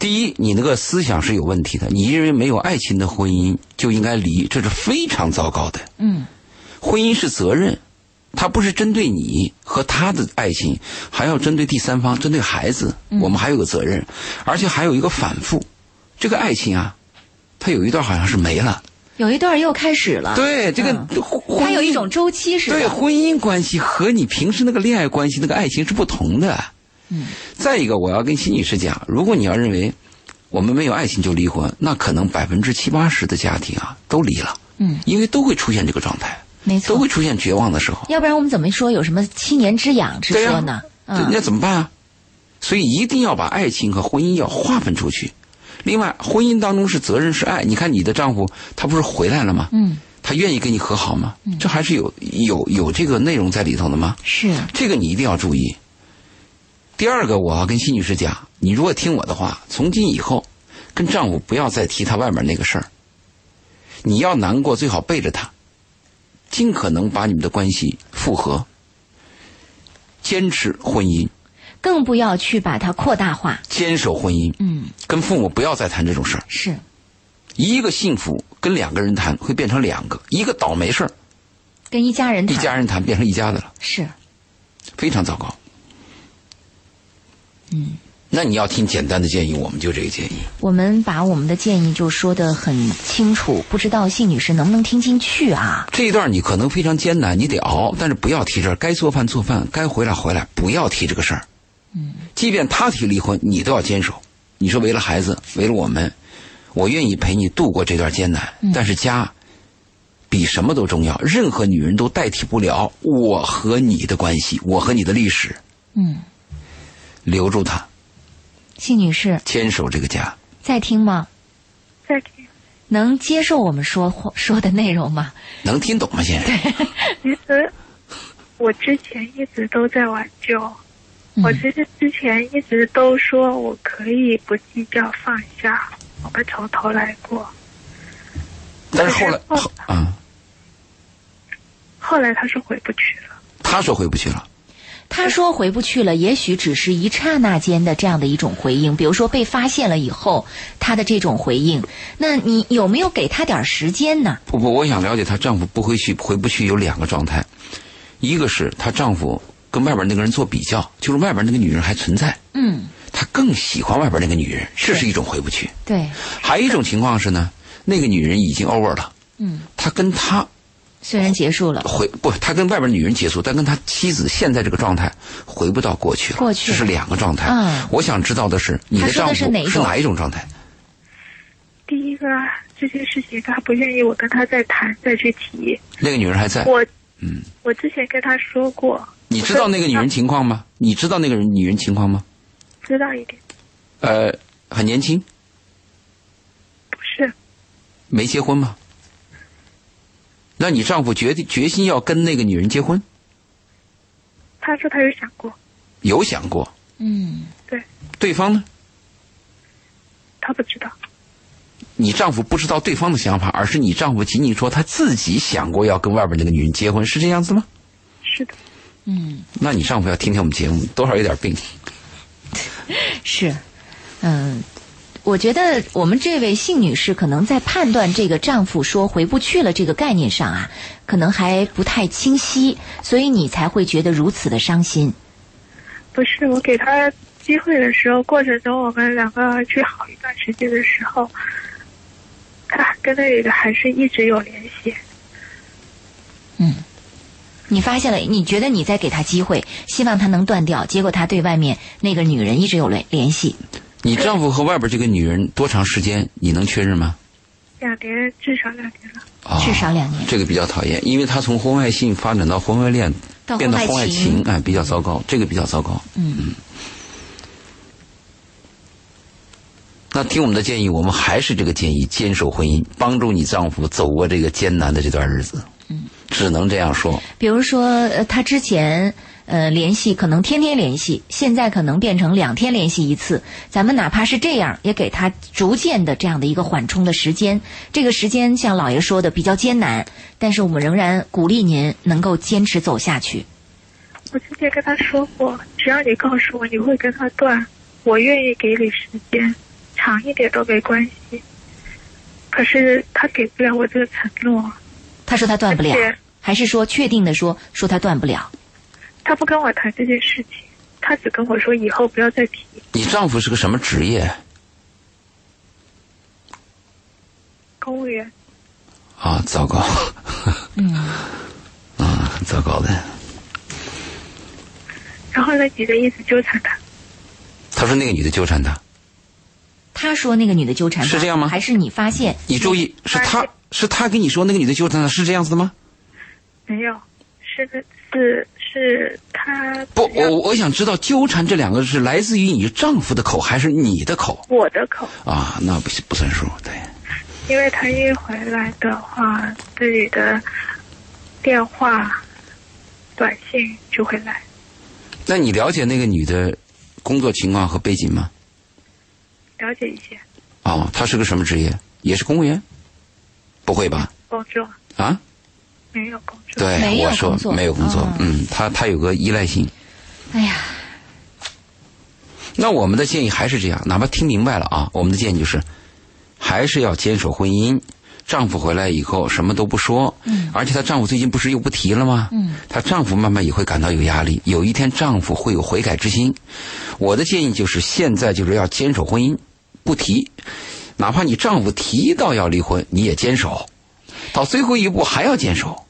S3: 第一，你那个思想是有问题的，你认为没有爱情的婚姻就应该离，这是非常糟糕的。
S2: 嗯
S3: 婚姻是责任，它不是针对你和他的爱情，还要针对第三方，针对孩子，
S2: 嗯
S3: 我们还有个责任，而且还有一个反复，这个爱情啊，它有一段好像是没了。
S2: 有一段又开始了，
S3: 对，这个
S2: 嗯
S3: 婚婚
S2: 它有一
S3: 姻
S2: 种周期是
S3: 对，
S2: 吧？
S3: 婚姻关系和你平时那个恋爱关系、那个爱情是不同的。
S2: 嗯，
S3: 再一个，我要跟辛女士讲，如果你要认为我们没有爱情就离婚，那可能百分之七八十的家庭啊都离了，
S2: 嗯，
S3: 因为都会出现这个状态，
S2: 没
S3: 都
S2: 错
S3: 会。出现绝望的时候。
S2: 要不然我们怎么说有什么七年之痒之
S3: 对呀
S2: 说呢？
S3: 这
S2: 嗯
S3: 那怎么办啊？所以一定要把爱情和婚姻要划分出去。另外，婚姻当中是责任是爱，你看你的丈夫他不是回来了吗？
S2: 嗯，
S3: 他愿意跟你和好吗？这还是有有有这个内容在里头的吗？
S2: 是
S3: 这个你一定要注意。第二个，我要跟辛女士讲，你如果听我的话，从今以后跟丈夫不要再提他外面那个事儿。你要难过，最好背着他，尽可能把你们的关系复合，坚持婚姻，
S2: 更不要去把它扩大化。
S3: 坚守婚姻，
S2: 嗯，
S3: 跟父母不要再谈这种事儿。
S2: 是
S3: 一个幸福跟两个人谈会变成两个，一个倒霉事儿
S2: 跟一家人
S3: 一
S2: 谈
S3: 家人谈变成一家的了。
S2: 是
S3: 非常糟糕。嗯，那你要听简单的建议，我们就这个建议。
S2: 我们把我们的建议就说得很清楚，不知道谢女士能不能听进去啊？
S3: 这一段你可能非常艰难，你得熬，但是不要提这儿。该做饭做饭，该回来回来，不要提这个事儿。嗯，即便他提离婚，你都要坚守。你说为了孩子，为了我们，我愿意陪你度过这段艰难，但是家比什么都重要，任何女人都代替不了我和你的关系，我和你的历史。
S2: 嗯，
S3: 留住她，
S2: 谢女士
S3: 坚守这个家。
S2: 在听吗？
S5: 再见。
S2: 能接受我们说话说的内容吗？
S3: 能听懂吗，先生？
S5: 其实我之前一直都在挽救，
S2: 嗯
S5: 我其实之前一直都说我可以不计较放下，我们从头来过。
S3: 但是后来，
S5: 但是
S3: 后啊，
S5: 后来他说回不去了，
S3: 他说回不去了。
S2: 他说回不去了，也许只是一刹那间的这样的一种回应，比如说被发现了以后，他的这种回应，那你有没有给他点儿时间呢？
S3: 不不，我想了解她丈夫不回去回不去有两个状态，一个是她丈夫跟外边那个人做比较，就是外边那个女人还存在，
S2: 嗯，
S3: 她更喜欢外边那个女人，这是
S2: 对
S3: 一种回不去。
S2: 对，
S3: 还有一种情况是呢，那个女人已经 over 了，
S2: 嗯，
S3: 她跟她
S2: 虽然结束了，
S3: 回不，她跟外边女人结束，但跟她妻子现在这个状态回不到过去了，
S2: 过去
S3: 这是两个状态。
S2: 嗯
S3: 我想知道的是，你
S2: 她说的
S3: 丈夫
S2: 是哪一种
S3: 哪一种状态？
S5: 第一个这些事情他不愿意我跟他再谈再去提，
S3: 那个女人还在，
S5: 我
S3: 嗯，
S5: 我之前跟他说过，
S3: 你知道那个女人情况吗？你知道那个人女人情况吗？
S5: 知道一点，
S3: 呃，很年轻，
S5: 不是
S3: 没结婚吗？那你丈夫决定决心要跟那个女人结婚，
S5: 他说他有想过，
S3: 有想过？
S2: 嗯，
S5: 对
S3: 对方呢？
S5: 他不知道，
S3: 你丈夫不知道对方的想法，而是你丈夫仅仅说他自己想过要跟外边那个女人结婚，是这样子吗？
S5: 是的，
S2: 嗯，
S3: 那你丈夫要听听我们节目，多少有点病。
S2: 是，嗯。我觉得我们这位幸女士可能在判断这个丈夫说回不去了这个概念上啊，可能还不太清晰，所以你才会觉得如此的伤心。
S5: 不是我给他机会的时候，过程中我们两个去好一段时间的时候，他跟那里的还是一直有联系，
S2: 你发现了，你觉得你在给他机会，希望他能断掉，结果他对外面那个女人一直有联联系。
S3: 你丈夫和外边这个女人多长时间？你能确认吗？
S5: 两年至少两年了，
S3: 哦
S2: 至少两年
S3: 这个比较讨厌，因为他从婚外性发展到婚外恋，
S2: 到
S3: 变
S2: 婚
S3: 得
S2: 外
S3: 婚外
S2: 情
S3: 情，哎，比较糟糕，这个比较糟糕。
S2: 嗯，
S3: 那听我们的建议，我们还是这个建议，坚守婚姻，帮助你丈夫走过这个艰难的这段日子。嗯，只能这样说。
S2: 比如说，呃，他之前呃联系可能天天联系，现在可能变成两天联系一次。咱们哪怕是这样，也给他逐渐的这样的一个缓冲的时间。这个时间像老爷说的比较艰难，但是我们仍然鼓励您能够坚持走下去。
S5: 我之前跟他说过，只要你告诉我你会跟他断，我愿意给你时间，长一点都没关系。可是他给不了我这个承诺，
S2: 他说他断不了
S5: 而且，
S2: 还是说确定的说说他断不了？
S5: 他不跟我谈这件事情，他只跟我说以后不要再提。
S3: 你丈夫是个什么职业
S5: 公务员，
S3: 啊？糟糕，
S2: 嗯。
S3: 啊，糟糕的。
S5: 然后那女的一直纠缠他，
S3: 他说那个女的纠缠他，
S2: 他说那个女的纠缠他
S3: 是这样吗
S2: 还是你发现？
S3: 你注
S2: 嗯
S3: 意，是他是他跟你说那个女的纠缠他，是这样子的吗？
S5: 没有，是的，是是他
S3: 不，我我我想知道纠缠这两个是来自于你丈夫的口还是你的口
S5: 我的口，
S3: 啊？那不不算数，对。
S5: 因为他一回来的话，这里的电话、呃短信就会来。
S3: 那你了解那个女的工作情况和背景吗？
S5: 了解一些
S3: 哦，她是个什么职业？也是公务员？不会吧？
S5: 工作，
S3: 啊？
S5: 没有工作。
S3: 对，
S2: 没有
S3: 我说
S2: 工作
S3: 没有工作，
S2: 哦
S3: 嗯，她她有个依赖性。
S2: 哎呀，
S3: 那我们的建议还是这样，哪怕听明白了啊，我们的建议就是，还是要坚守婚姻。丈夫回来以后什么都不说，嗯，而且她丈夫最近不是又不提了吗？
S2: 嗯，
S3: 她丈夫慢慢也会感到有压力，有一天丈夫会有悔改之心。我的建议就是，现在就是要坚守婚姻，不提，哪怕你丈夫提到要离婚，你也坚守，到最后一步还要坚守。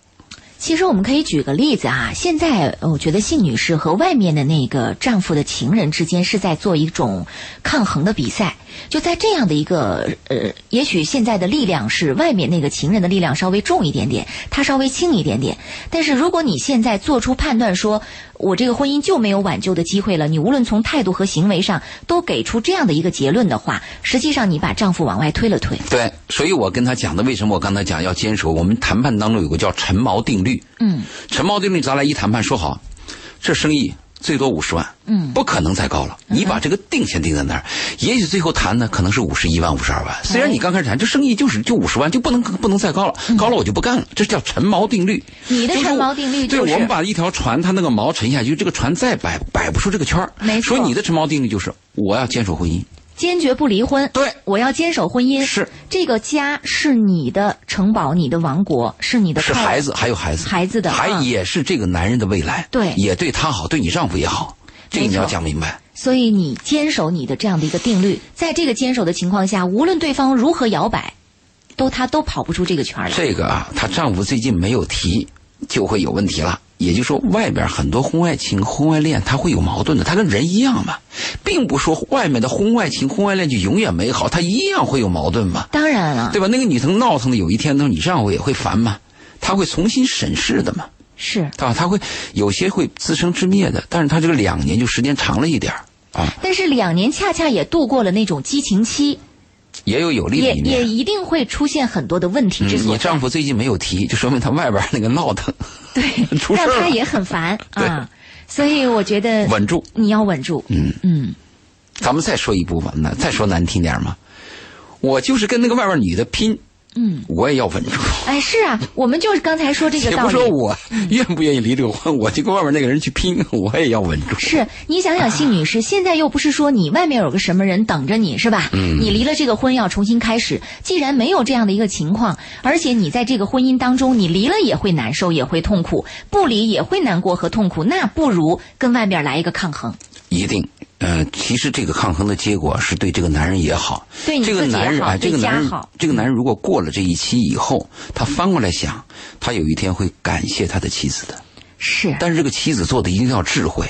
S2: 其实我们可以举个例子啊。现在呃我觉得信女士和外面的那个丈夫的情人之间是在做一种抗衡的比赛，就在这样的一个呃，也许现在的力量是外面那个情人的力量稍微重一点点，他稍微轻一点点。但是如果你现在做出判断说，我这个婚姻就没有挽救的机会了，你无论从态度和行为上都给出这样的一个结论的话，实际上你把丈夫往外推了推。
S3: 对，所以我跟他讲的，为什么我刚才讲要坚守？我们谈判当中有个叫陈毛定律。
S2: 嗯，
S3: 陈毛定律，咱俩一谈判说好，这生意最多五十万，
S2: 嗯
S3: 不可能再高了。你把这个定先定在那儿，也许最后谈呢可能是五十一万、五十二万。虽然你刚开始谈这生意就是就五十万，就不能不能再高了，高了我就不干了。这叫陈毛定律。
S2: 嗯你的
S3: 就是
S2: 陈毛定律
S3: 对
S2: 就是
S3: 我们把一条船它那个锚沉下去，这个船再摆摆不出这个圈儿。
S2: 没错
S3: 所以你的陈毛定律就是我要坚守婚姻。
S2: 坚决不离婚。
S3: 对
S2: 我要坚守婚姻。
S3: 是
S2: 这个家是你的城堡，你的王国，是你的
S3: 是
S2: 快乐
S3: 孩子，还有孩子，
S2: 孩子的
S3: 还
S2: 嗯
S3: 也是这个男人的未来，
S2: 对
S3: 也对他好，对你丈夫也好，这个
S2: 没
S3: 你要
S2: 错
S3: 讲明白。
S2: 所以你坚守你的这样的一个定律，在这个坚守的情况下，无论对方如何摇摆，都他都跑不出这个圈儿来。
S3: 这个啊，她丈夫最近没有提，就会有问题了。也就是说，外边很多婚外情、婚外恋，他会有矛盾的。他跟人一样嘛，并不说外面的婚外情、婚外恋就永远美好，他一样会有矛盾嘛，
S2: 当然了，
S3: 对吧？那个女生闹腾的，有一天呢，你丈夫也会烦嘛，他会重新审视的嘛。
S2: 是，
S3: 对吧？他会有些会自生自灭的，但是他这个两年就时间长了一点儿啊，
S2: 但是两年恰恰也度过了那种激情期，
S3: 也有有利的
S2: 也
S3: 一面。
S2: 也一定会出现很多的问题之
S3: 嗯，
S2: 所
S3: 你
S2: 在。
S3: 丈夫最近没有提，就说明他外边那个闹腾，对， 出事
S2: 但
S3: 儿
S2: 他
S3: 了
S2: 也很烦
S3: 对
S2: 啊，所以我觉得
S3: 稳住。
S2: 你要稳住。嗯嗯，
S3: 咱们再说一部分呢，再说难听点儿嘛，我就是跟那个外边女的拼，嗯，我也要稳住。
S2: 哎，是啊，我们就是刚才说 这个
S3: 且
S2: 道
S3: 不
S2: 理。嗯
S3: 说我愿不愿意离这个婚，我就跟外边那个人去拼，我也要稳住。
S2: 是你想想，信女士，现在又不是说你外面有个什么人等着你是吧？嗯，你离了这个婚要重新开始，既然没有这样的一个情况，而且你在这个婚姻当中，你离了也会难受，也会痛苦，不离也会难过和痛苦，那不如跟外面来一个抗衡。
S3: 一定，呃，其实这个抗衡的结果是对这个男人也好，
S2: 对你
S3: 这个
S2: 自己也
S3: 男人
S2: 好
S3: 啊，这
S2: 对
S3: 个
S2: 家
S3: 男人
S2: 好，嗯
S3: 这个男人如果过了这一期以后，他翻过来想，他有一天会感谢他的妻子的。
S2: 是，
S3: 但是这个妻子做的一定要智慧。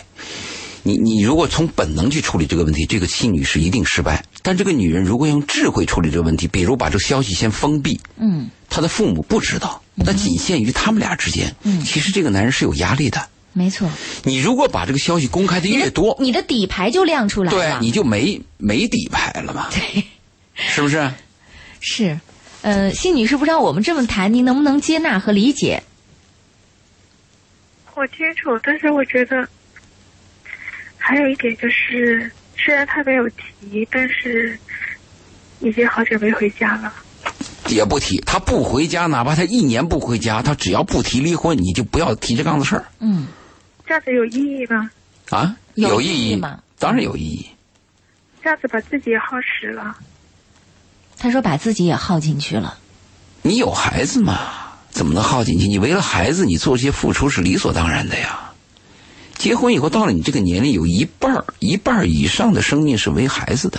S3: 你你如果从本能去处理这个问题，这个妻女是一定失败。但这个女人如果用智慧处理这个问题，比如把这个消息先封闭，
S2: 嗯，
S3: 她的父母不知道，那仅限于他们俩之间。嗯，其实这个男人是有压力的。
S2: 没错，
S3: 你如果把这个消息公开的越多，
S2: 你的底牌就亮出来
S3: 对啊
S2: 了，。
S3: 你就没没底牌了嘛，是不是？
S2: 是，呃，信女士，不知道我们这么谈，您能不能接纳和理解？
S5: 我清楚，但是我觉得还有一点就是，虽然他没有提，但是已经好久没回家了。
S3: 也不提，他不回家，哪怕他一年不回家，他只要不提离婚，你就不要提这杠子事儿
S2: 嗯，
S5: 这样子有意义吗？
S3: 啊，
S2: 有
S3: 有
S2: 意义
S3: 意义
S2: 吗？
S3: 当然有意义。
S5: 这样子把自己也耗死了。
S2: 她说把自己也耗进去了。
S3: 你有孩子嘛，怎么能耗进去？你为了孩子，你做这些付出是理所当然的呀。结婚以后，到了你这个年龄，有一半儿、一半儿以上的生命是为孩子的。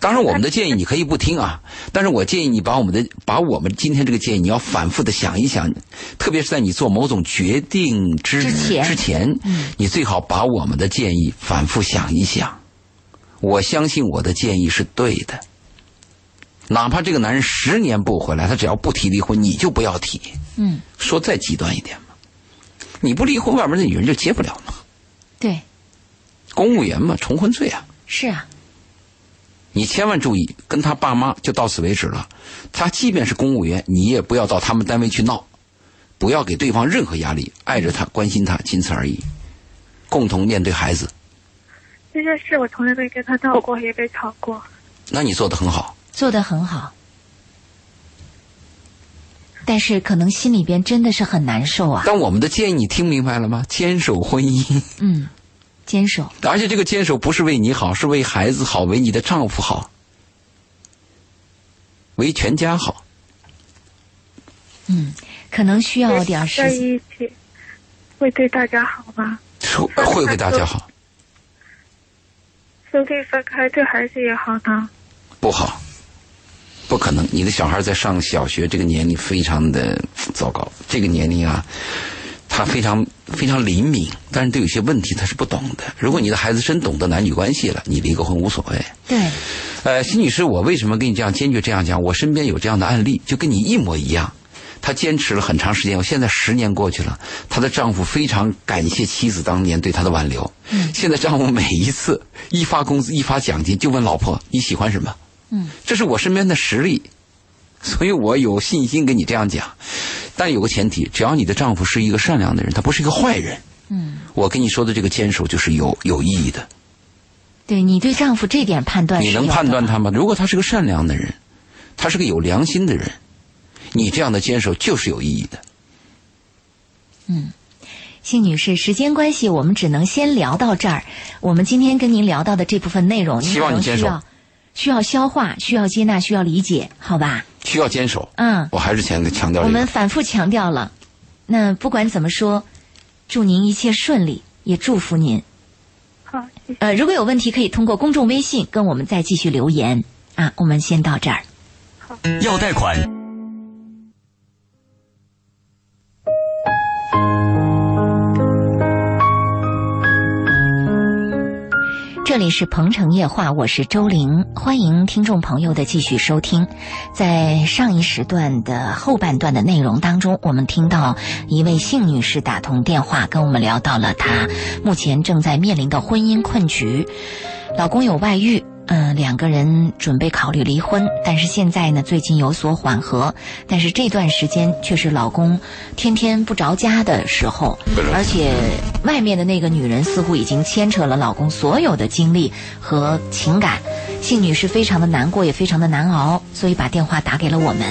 S3: 当然，我们的建议你可以不听啊，但是我建议你把我们的把我们今天这个建议，你要反复的想一想，特别是在你做某种决定之
S2: 之前
S3: 之前，你最好把我们的建议反复想一想。我相信我的建议是对的，哪怕这个男人十年不回来，他只要不提离婚，你就不要提。
S2: 嗯，
S3: 说再极端一点嘛，你不离婚，外面那女人就结不了嘛，
S2: 对，
S3: 公务员嘛，重婚罪啊。
S2: 是啊，
S3: 你千万注意，跟他爸妈就到此为止了。他即便是公务员，你也不要到他们单位去闹，不要给对方任何压力，爱着他，关心他，仅此而已。共同面对孩子，
S5: 这件事我从来没跟他闹过，也没吵过。
S3: 那你做的很好。
S2: 做得很好，但是可能心里边真的是很难受啊。
S3: 但我们的建议你听明白了吗？坚守婚姻。
S2: 嗯，坚守，
S3: 而且这个坚守不是为你好，是为孩子好，为你的丈夫好，为全家好。
S2: 嗯可能需要点儿
S5: 在
S2: 时间。
S5: 一起会对大家好吗？
S3: 会为大家好
S5: 兄弟分开对孩子也好呢。
S3: 不好？不可能，你的小孩在上小学这个年龄非常的糟糕，这个年龄啊，他他非常非常灵敏，但是对有些问题他是不懂的。如果你的孩子真懂得男女关系了，你离个婚无所谓。
S2: 对，
S3: 呃，辛女士，我为什么跟你这样坚决这样讲？我身边有这样的案例，就跟你一模一样。她坚持了很长时间，我现在十年过去了，她的丈夫非常感谢妻子当年对她的挽留。嗯，现在丈夫每一次一发工资一发奖金，就问老婆你喜欢什么？
S2: 嗯，
S3: 这是我身边的实例，所以我有信心跟你这样讲。但有个前提，只要你的丈夫是一个善良的人，他不是一个坏人。
S2: 嗯，
S3: 我跟你说的这个坚守就是有有意义的。
S2: 对你对丈夫这点判断
S3: 你
S2: 呃是
S3: 能
S2: 有的
S3: 判断他吗？如果他是个善良的人，他是个有良心的人，你这样的坚守就是有意义的。
S2: 谢女士，时间关系，我们只能先聊到这儿。我们今天跟您聊到的这部分内容，您
S3: 希望
S2: 可能
S3: 你坚
S2: 需
S3: 守
S2: 要需要消化，需要接纳，需要理解，好吧？
S3: 需要坚守。
S2: 嗯，
S3: 我还是强强调
S2: 我
S3: 这
S2: 们
S3: 个。
S2: 反复强调了。那不管怎么说，祝您一切顺利，也祝福您。
S5: 好，谢谢。
S2: 呃，如果有问题，可以通过公众微信跟我们再继续留言啊。我们先到这儿。
S6: 要贷款，
S2: 这里是《鹏城夜话》，我是周玲，欢迎听众朋友的继续收听。在上一时段的后半段的内容当中，我们听到一位幸女士打通电话，跟我们聊到了她目前正在面临的婚姻困局，老公有外遇。嗯，两个人准备考虑离婚，但是现在呢，最近有所缓和，但是这段时间却是老公天天不着家的时候，而且外面的那个女人似乎已经牵扯了老公所有的精力和情感，信女士非常的难过，也非常的难熬，所以把电话打给了我们。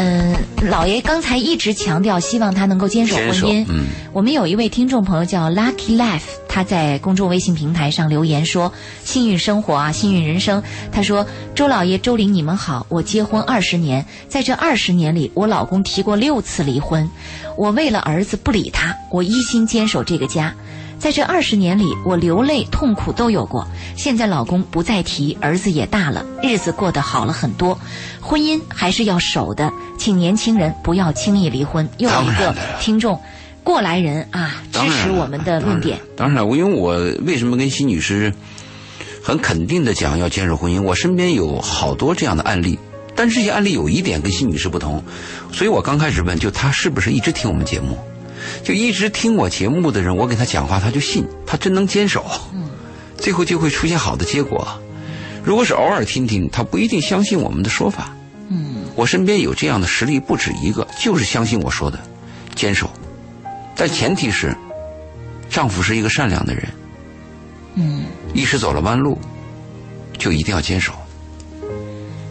S2: 嗯，老爷刚才一直强调，希望他能够坚守婚
S3: 坚守
S2: 姻。
S3: 嗯
S2: 我们有一位听众朋友叫 Lucky Life，他在公众微信平台上留言说：“幸运生活啊，幸运人生。”他说：“周老爷、周玲，你们好，我结婚二十年，在这二十年里，我老公提过六次离婚，我为了儿子不理他，我一心坚守这个家。”在这二十年里，我流泪、痛苦都有过。现在老公不再提，儿子也大了，日子过得好了很多。婚姻还是要守的，请年轻人不要轻易离婚。又有一
S3: 当
S2: 个
S3: 然的
S2: 听众，过来人啊，支
S3: 当然
S2: 持
S3: 了嗯
S2: 我们的论点。
S3: 当然，我因为我为什么跟辛女士很肯定的讲要坚守婚姻？我身边有好多这样的案例，但是这些案例有一点跟辛女士不同，所以我刚开始问，就她是不是一直听我们节目？就一直听我节目的人，我给他讲话，他就信，他真能坚守，
S2: 嗯
S3: 最后就会出现好的结果。如果是偶尔听听，他不一定相信我们的说法。嗯，我身边有这样的实例不止一个，就是相信我说的，坚守，但前提是丈夫是一个善良的人，嗯，一时走了弯路，就一定要坚守。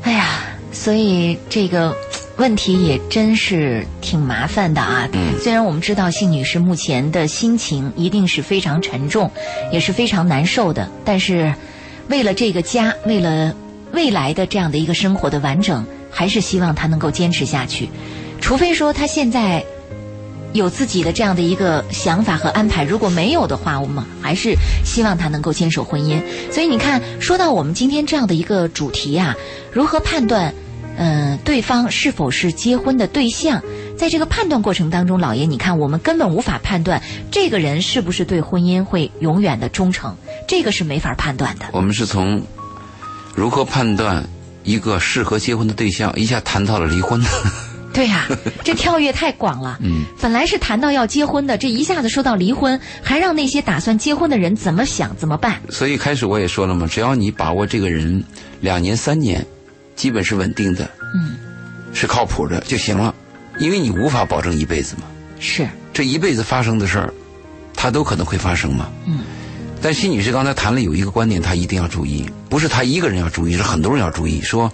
S2: 哎呀，所以这个问题也真是挺麻烦的啊。
S3: 嗯
S2: 虽然我们知道信女士目前的心情一定是非常沉重，也是非常难受的，但是为了这个家，为了未来的这样的一个生活的完整，还是希望她能够坚持下去。除非说她现在有自己的这样的一个想法和安排。如果没有的话，我们还是希望他能够坚守婚姻。所以你看，说到我们今天这样的一个主题啊，如何判断，嗯、对方是否是结婚的对象？在这个判断过程当中，老爷，你看，我们根本无法判断这个人是不是对婚姻会永远的忠诚，这个是没法判断的。
S3: 我们是从如何判断一个适合结婚的对象，一下谈到了离婚。
S2: 对 呀、这跳跃太广了。嗯，本来是谈到要结婚的，这一下子说到离婚，还让那些打算结婚的人怎么想怎么办？
S3: 所以开始我也说了嘛，只要你把握这个人两年三年，基本是稳定的，
S2: 嗯，
S3: 是靠谱的就行了，因为你无法保证一辈子嘛。
S2: 是，
S3: 这一辈子发生的事儿，它都可能会发生嘛。
S2: 嗯。
S3: 但辛女士刚才谈了有一个观点，她一定要注意，不是她一个人要注意，是很多人要注意。说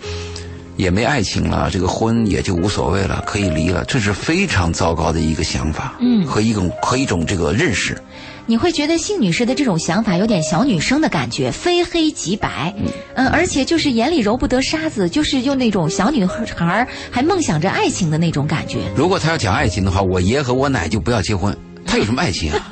S3: 也没爱情了，这个婚也就无所谓了，可以离了，这是非常糟糕的一个想法，
S2: 嗯
S3: 和一种和一种这个认识。
S2: 你会觉得信女士的这种想法有点小女生的感觉，非黑即白，嗯、而且就是眼里揉不得沙子，就是用那种小女孩儿还梦想着爱情的那种感觉。
S3: 如果她要讲爱情的话，我爷和我奶就不要结婚，她有什么爱情啊？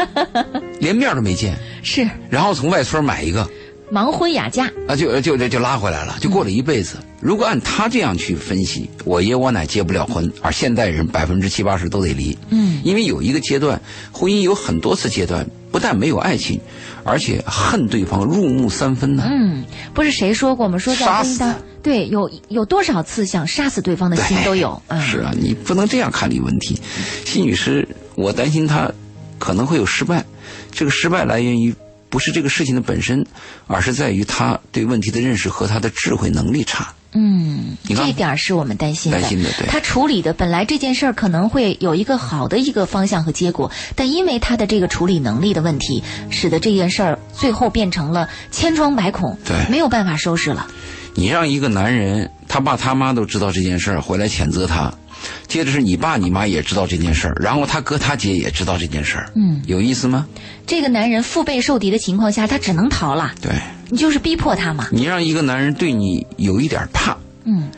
S3: 连面都没见，
S2: 是，
S3: 然后从外村买一个，
S2: 盲婚哑嫁，
S3: 啊，就就就就拉回来了，就
S2: 嗯
S3: 过了一辈子。如果按他这样去分析，我爷我奶结不了婚，而现代人百分之七八十都得离，
S2: 嗯，
S3: 因为有一个阶段，婚姻有很多次阶段，不但没有爱情，而且恨对方入木三分呢、
S2: 嗯，不是谁说过吗？说在
S3: 杀
S2: 婚
S3: 死
S2: 姻当对有有多少次想杀死对方的心
S3: 对
S2: 都有，嗯，
S3: 是啊，你不能这样看这个问题。新女师，我担心她可能会有失败，这个失败来源于不是这个事情的本身，而是在于她对问题的认识和她的智慧能力差。
S2: 嗯，
S3: 你看
S2: 这点儿是我们担心的。
S3: 担心的对
S2: 他处理的本来这件事儿可能会有一个好的一个方向和结果，但因为他的这个处理能力的问题，使得这件事儿最后变成了千疮百孔，
S3: 对
S2: 没有办法收拾了。
S3: 你让一个男人，他爸他妈都知道这件事儿，回来谴责他，接着是你爸你妈也知道这件事儿，然后他哥他姐也知道这件事儿，
S2: 嗯，
S3: 有意思吗？
S2: 这个男人腹背受敌的情况下，他只能逃了，
S3: 对，
S2: 你就是逼迫他嘛。
S3: 你让一个男人对你有一点怕，
S2: 嗯，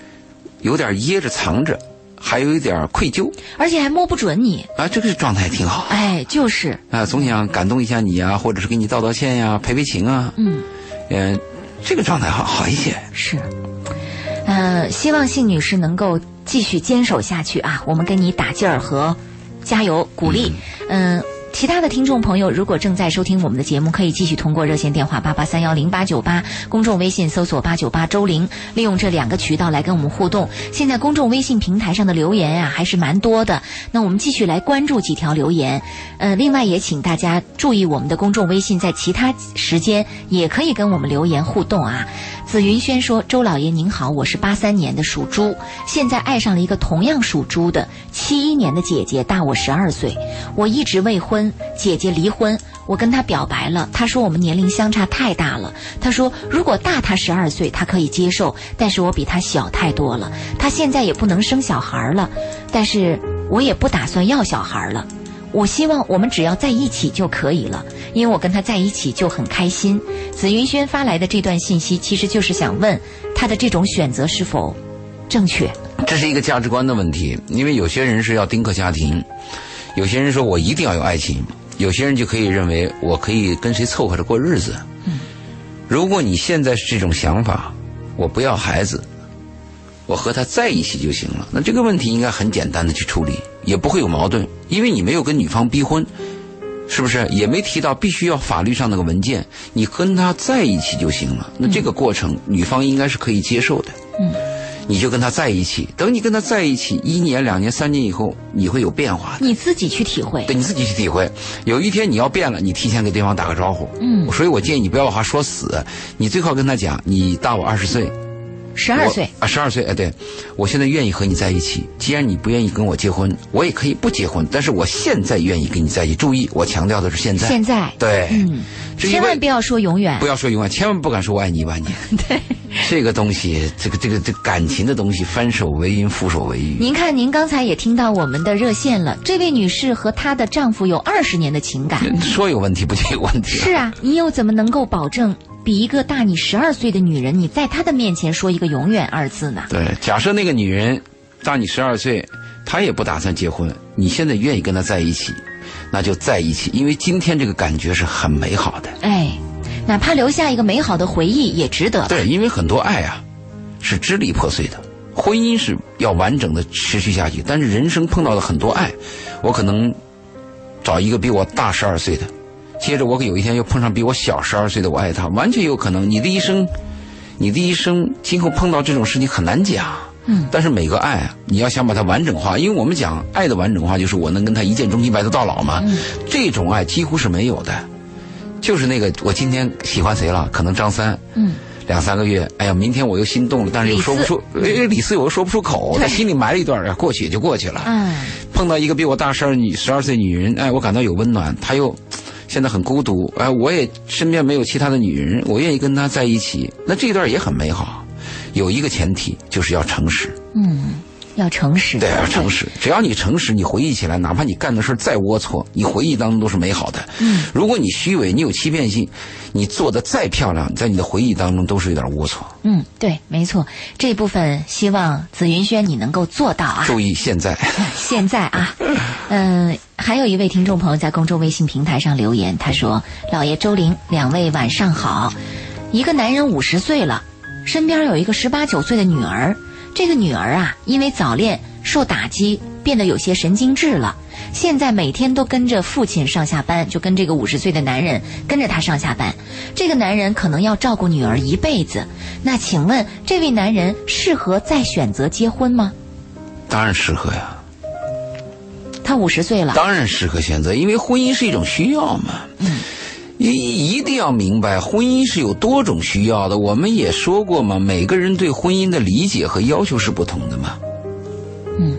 S3: 有点掖着藏着，还有一点愧疚
S2: 而且还摸不准你，
S3: 啊，这个状态挺好
S2: 哎，就是，
S3: 啊，总想感动一下你啊，或者是给你道道歉呀、赔赔情啊，
S2: 嗯，
S3: 嗯、这个状态好好一些。
S2: 是，呃，希望信女士能够继续坚守下去啊！我们跟你打劲儿和加油鼓励。嗯、其他的听众朋友，如果正在收听我们的节目，可以继续通过热线电话八八三幺零八九八，公众微信搜索八九八周玲，利用这两个渠道来跟我们互动。现在公众微信平台上的留言啊，还是蛮多的。那我们继续来关注几条留言。呃，另外也请大家注意我们的公众微信，在其他时间也可以跟我们留言互动啊。紫云轩说：“周老爷您好，我是八三年的属猪，现在爱上了一个同样属猪的七一年的姐姐，大我十二岁。我一直未婚，姐姐离婚，我跟她表白了，她说我们年龄相差太大了。她说如果大她十二岁，她可以接受，但是我比她小太多了。她现在也不能生小孩了，但是我也不打算要小孩了。”我希望我们只要在一起就可以了，因为我跟他在一起就很开心。紫云轩发来的这段信息，其实就是想问他的这种选择是否正确。
S3: 这是一个价值观的问题，因为有些人是要丁克家庭，有些人说我一定要有爱情，有些人就可以认为我可以跟谁凑合着过日子。如果你现在是这种想法，我不要孩子，我和他在一起就行了，那这个问题应该很简单的去处理，也不会有矛盾，因为你没有跟女方逼婚。是不是也没提到必须要法律上那个文件？你跟他在一起就行了。那这个过程，女方应该是可以接受的。你就跟他在一起。等你跟他在一起一年、两年、三年以后，你会有变化的。
S2: 你自己去体会
S3: 对，你自己去体会。有一天你要变了，你提前给对方打个招呼。
S2: 嗯
S3: 所以我建议你不要把话说死，你最好跟他讲，你大我二十岁，
S2: 十
S3: 我
S2: 二岁，
S3: 啊，十二岁，哎，对，我现在愿意和你在一起。既然你不愿意跟我结婚，我也可以不结婚，但是我现在愿意跟你在一起。注意，我强调的是现在。
S2: 现在，
S3: 对，
S2: 嗯，
S3: 这因
S2: 千
S3: 为
S2: 万不要说永远
S3: 不。要说永远，千万不敢说我爱你 一万年。对，这个东西，这个这个这个感情的东西，翻手为云，覆手为雨。
S2: 您看，您刚才也听到我们的热线了，这位女士和她的丈夫有二十年的情感。
S3: 说有问题不就有问题了？
S2: 是啊，你又怎么能够保证比一个大你十二岁的女人，你在她的面前说一个“永远”二字呢？
S3: 对，假设那个女人大你十二岁，她也不打算结婚，你现在愿意跟她在一起，那就在一起，因为今天这个感觉是很美好的。
S2: 哎，哪怕留下一个美好的回忆也值得。
S3: 对，因为很多爱啊是支离破碎的，婚姻是要完整的持续下去，但是人生碰到了很多爱，我可能找一个比我大十二岁的，接着我有一天又碰上比我小十二岁的，我爱他，完全有可能。你的一生，你的一生今后碰到这种事情很难讲。
S2: 嗯，
S3: 但是每个爱啊，你要想把它完整化，因为我们讲爱的完整化，就是我能跟他一见钟情、白头到老嘛。
S2: 嗯
S3: 这种爱几乎是没有的，就是那个我今天喜欢谁了，可能张三，
S2: 嗯，
S3: 两三个月，哎呀，明天我又心动了，但是又说不出，哎，李四我又说不出口，在心里埋了一段儿，过去也就过去了。
S2: 嗯，
S3: 碰到一个比我大十二女十二岁女人，哎，我感到有温暖，她又现在很孤独，哎，我也身边没有其他的女人，我愿意跟她在一起，那这一段也很美好。有一个前提就是要诚实，
S2: 要诚实。
S3: 对，要诚实。只要你诚实，你回忆起来，哪怕你干的事儿再龌龊，你回忆当中都是美好的。嗯，如果你虚伪，你有欺骗性，你做的再漂亮，在你的回忆当中都是有点龌龊。
S2: 嗯，对，没错，这部分希望紫云轩你能够做到啊。
S3: 注意现在，
S2: 现在啊， 嗯，还有一位听众朋友在公众微信平台上留言，他说：“老爷周玲，两位晚上好。一个男人五十岁了，身边有一个十八九岁的女儿，这个女儿啊，因为早恋受打击，变得有些神经质了。现在每天都跟着父亲上下班，就跟这个五十岁的男人跟着他上下班。这个男人可能要照顾女儿一辈子。那请问，这位男人适合再选择结婚吗？
S3: 当然适合呀，
S2: 他五十岁了，
S3: 当然适合选择，因为婚姻是一种需要嘛。一一定要明白，婚姻是有多种需要的。我们也说过嘛，每个人对婚姻的理解和要求是不同的嘛。
S2: 嗯，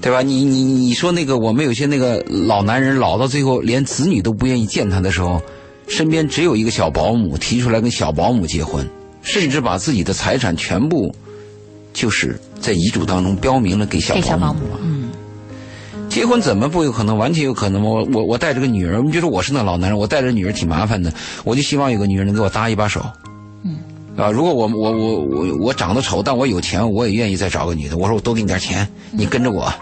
S3: 对吧？你你你说那个，我们有些那个老男人老到最后连子女都不愿意见他的时候，身边只有一个小保姆，提出来跟小保姆结婚，甚至把自己的财产全部，就是在遗嘱当中标明了给小
S2: 给小保
S3: 保
S2: 姆
S3: 姆。，
S2: 嗯，
S3: 结婚怎么不有可能？完全有可能吗？我我我带着个女儿，你觉得我是那老男人，我带着女儿挺麻烦的，我就希望有个女人能给我搭一把手。嗯，啊，如果我我我我我长得丑，但我有钱，我也愿意再找个女的。我说我多给你点钱，你跟着我，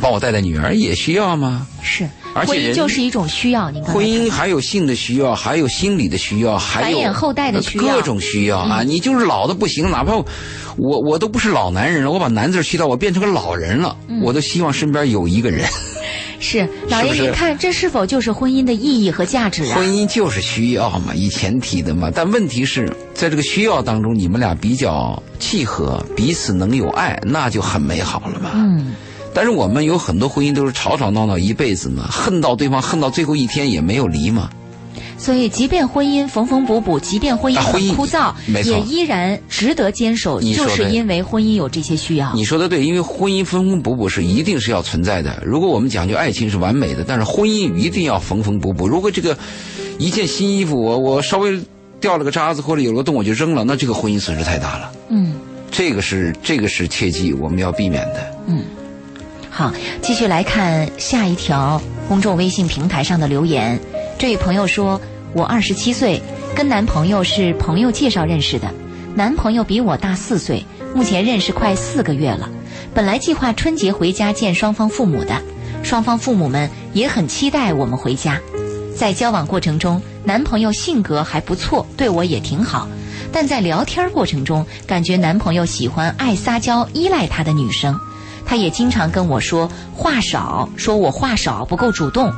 S3: 帮我带带女儿，也需要吗？
S2: 是，
S3: 而且
S2: 婚姻
S3: 人
S2: 就是一种需要。您刚才
S3: 婚姻还有性的需要，还有心理的需要，还有
S2: 繁衍后代的需要嗯
S3: 各种需要啊！你就是老的不行，哪怕我我都不是老男人了，我把“男”字去掉，我变成个老人了，
S2: 嗯
S3: 我都希望身边有一 个人。
S2: 是老爷，
S3: 是不是
S2: 您看这是否就是婚姻的意义和价值啊
S3: 婚？姻就是需要嘛，以前提的嘛。但问题是在这个需要当中，你们俩比较契合，彼此能有爱，那就很美好了嘛。
S2: 嗯，
S3: 但是我们有很多婚姻都是吵吵闹闹一辈子嘛，恨到对方恨到最后一天也没有离嘛。
S2: 所以即便婚姻缝缝补补，即便婚姻
S3: 啊婚
S2: 很
S3: 姻
S2: 枯燥，
S3: 没错
S2: 也依然值得坚守，
S3: 你
S2: 就
S3: 说
S2: 是
S3: 对
S2: 因为婚姻有这些需要。
S3: 你说的对，因为婚姻缝缝补补是一定是要存在的。如果我们讲究爱情是完美的，但是婚姻一定要缝缝补补。如果这个一件新衣服我我稍微掉了个渣子或者有了个洞我就扔了，那这个婚姻损失太大了。
S2: 嗯。
S3: 这个是这个是切记我们要避免的。
S2: 好，继续来看下一条公众微信平台上的留言。这位朋友说：“我二十七岁，跟男朋友是朋友介绍认识的，男朋友比我大四岁，目前认识快四个月了。本来计划春节回家见双方父母的，双方父母们也很期待我们回家。在交往过程中，男朋友性格还不错，对我也挺好。但在聊天过程中，感觉男朋友喜欢爱撒娇、依赖他的女生。他也经常跟我说话少，说我话少不够主动。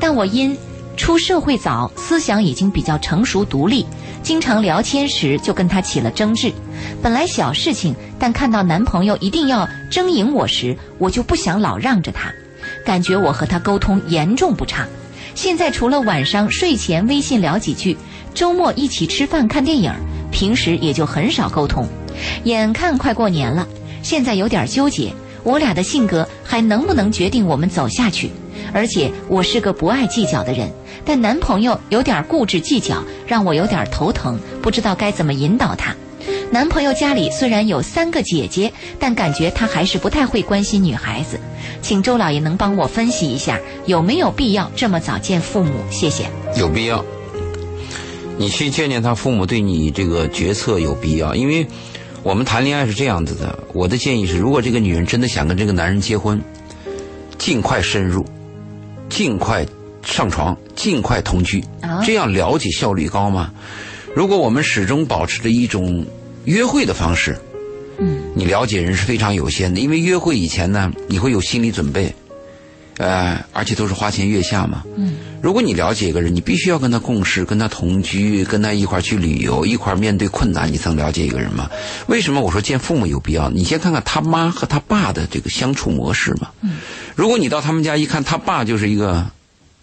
S2: 但我因出社会早，思想已经比较成熟独立，经常聊天时就跟他起了争执。本来小事情，但看到男朋友一定要争赢我时，我就不想老让着他，感觉我和他沟通严重不畅。现在除了晚上睡前微信聊几句，周末一起吃饭看电影，平时也就很少沟通。眼看快过年了，现在有点纠结，我俩的性格还能不能决定我们走下去？而且我是个不爱计较的人，但男朋友有点固执计较，让我有点头疼，不知道该怎么引导他。男朋友家里虽然有三个姐姐，但感觉他还是不太会关心女孩子。请周老爷能帮我分析一下，有没有必要这么早见父母？谢谢。
S3: 有必要，你去见见他父母，对你这个决策有必要。因为我们谈恋爱是这样子的，我的建议是，如果这个女人真的想跟这个男人结婚，尽快深入，尽快上床，尽快同居
S2: 啊，
S3: 这样了解效率高吗？如果我们始终保持着一种约会的方式，
S2: 嗯，
S3: 你了解人是非常有限的，因为约会以前呢，你会有心理准备，呃，而且都是花前月下嘛，嗯，如果你了解一个人，你必须要跟他共事，跟他同居，跟他一块儿去旅游，一块儿面对困难，你才能了解一个人嘛。为什么我说见父母有必要？你先看看他妈和他爸的这个相处模式嘛，嗯，如果你到他们家一看，他爸就是一个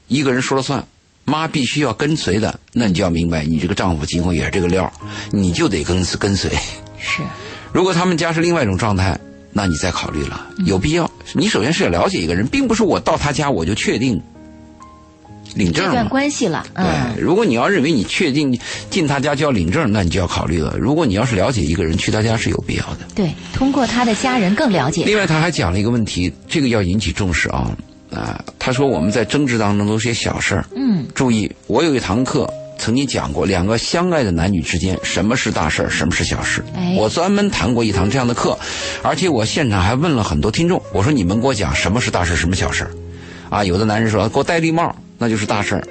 S3: 一个人说了算，妈必须要跟随的，那你就要明白，你这个丈夫今后也是这个料儿，你就得跟跟随。
S2: 是，
S3: 如果他们家是另外一种状态，那你再考虑了，
S2: 嗯
S3: 有必要。你首先是要了解一个人，并不是我到他家我就确定领证
S2: 这段
S3: 了。
S2: 关系了，嗯
S3: 对，，如果你要认为你确定进他家就要领证，那你就要考虑了。如果你要是了解一个人，去他家是有必要的。
S2: 对，通过他的家人更了解。
S3: 另外，他还讲了一个问题，这个要引起重视啊啊！他说我们在争执当中都是些小事儿，
S2: 嗯，
S3: 注意，我有一堂课曾经讲过，两个相爱的男女之间，什么是大事儿，什么是小事。
S2: 哎
S3: 我专门谈过一堂这样的课，而且我现场还问了很多听众，我说你们给我讲什么是大事儿，什么小事儿。啊，有的男人说给我戴绿帽，那就是大事儿；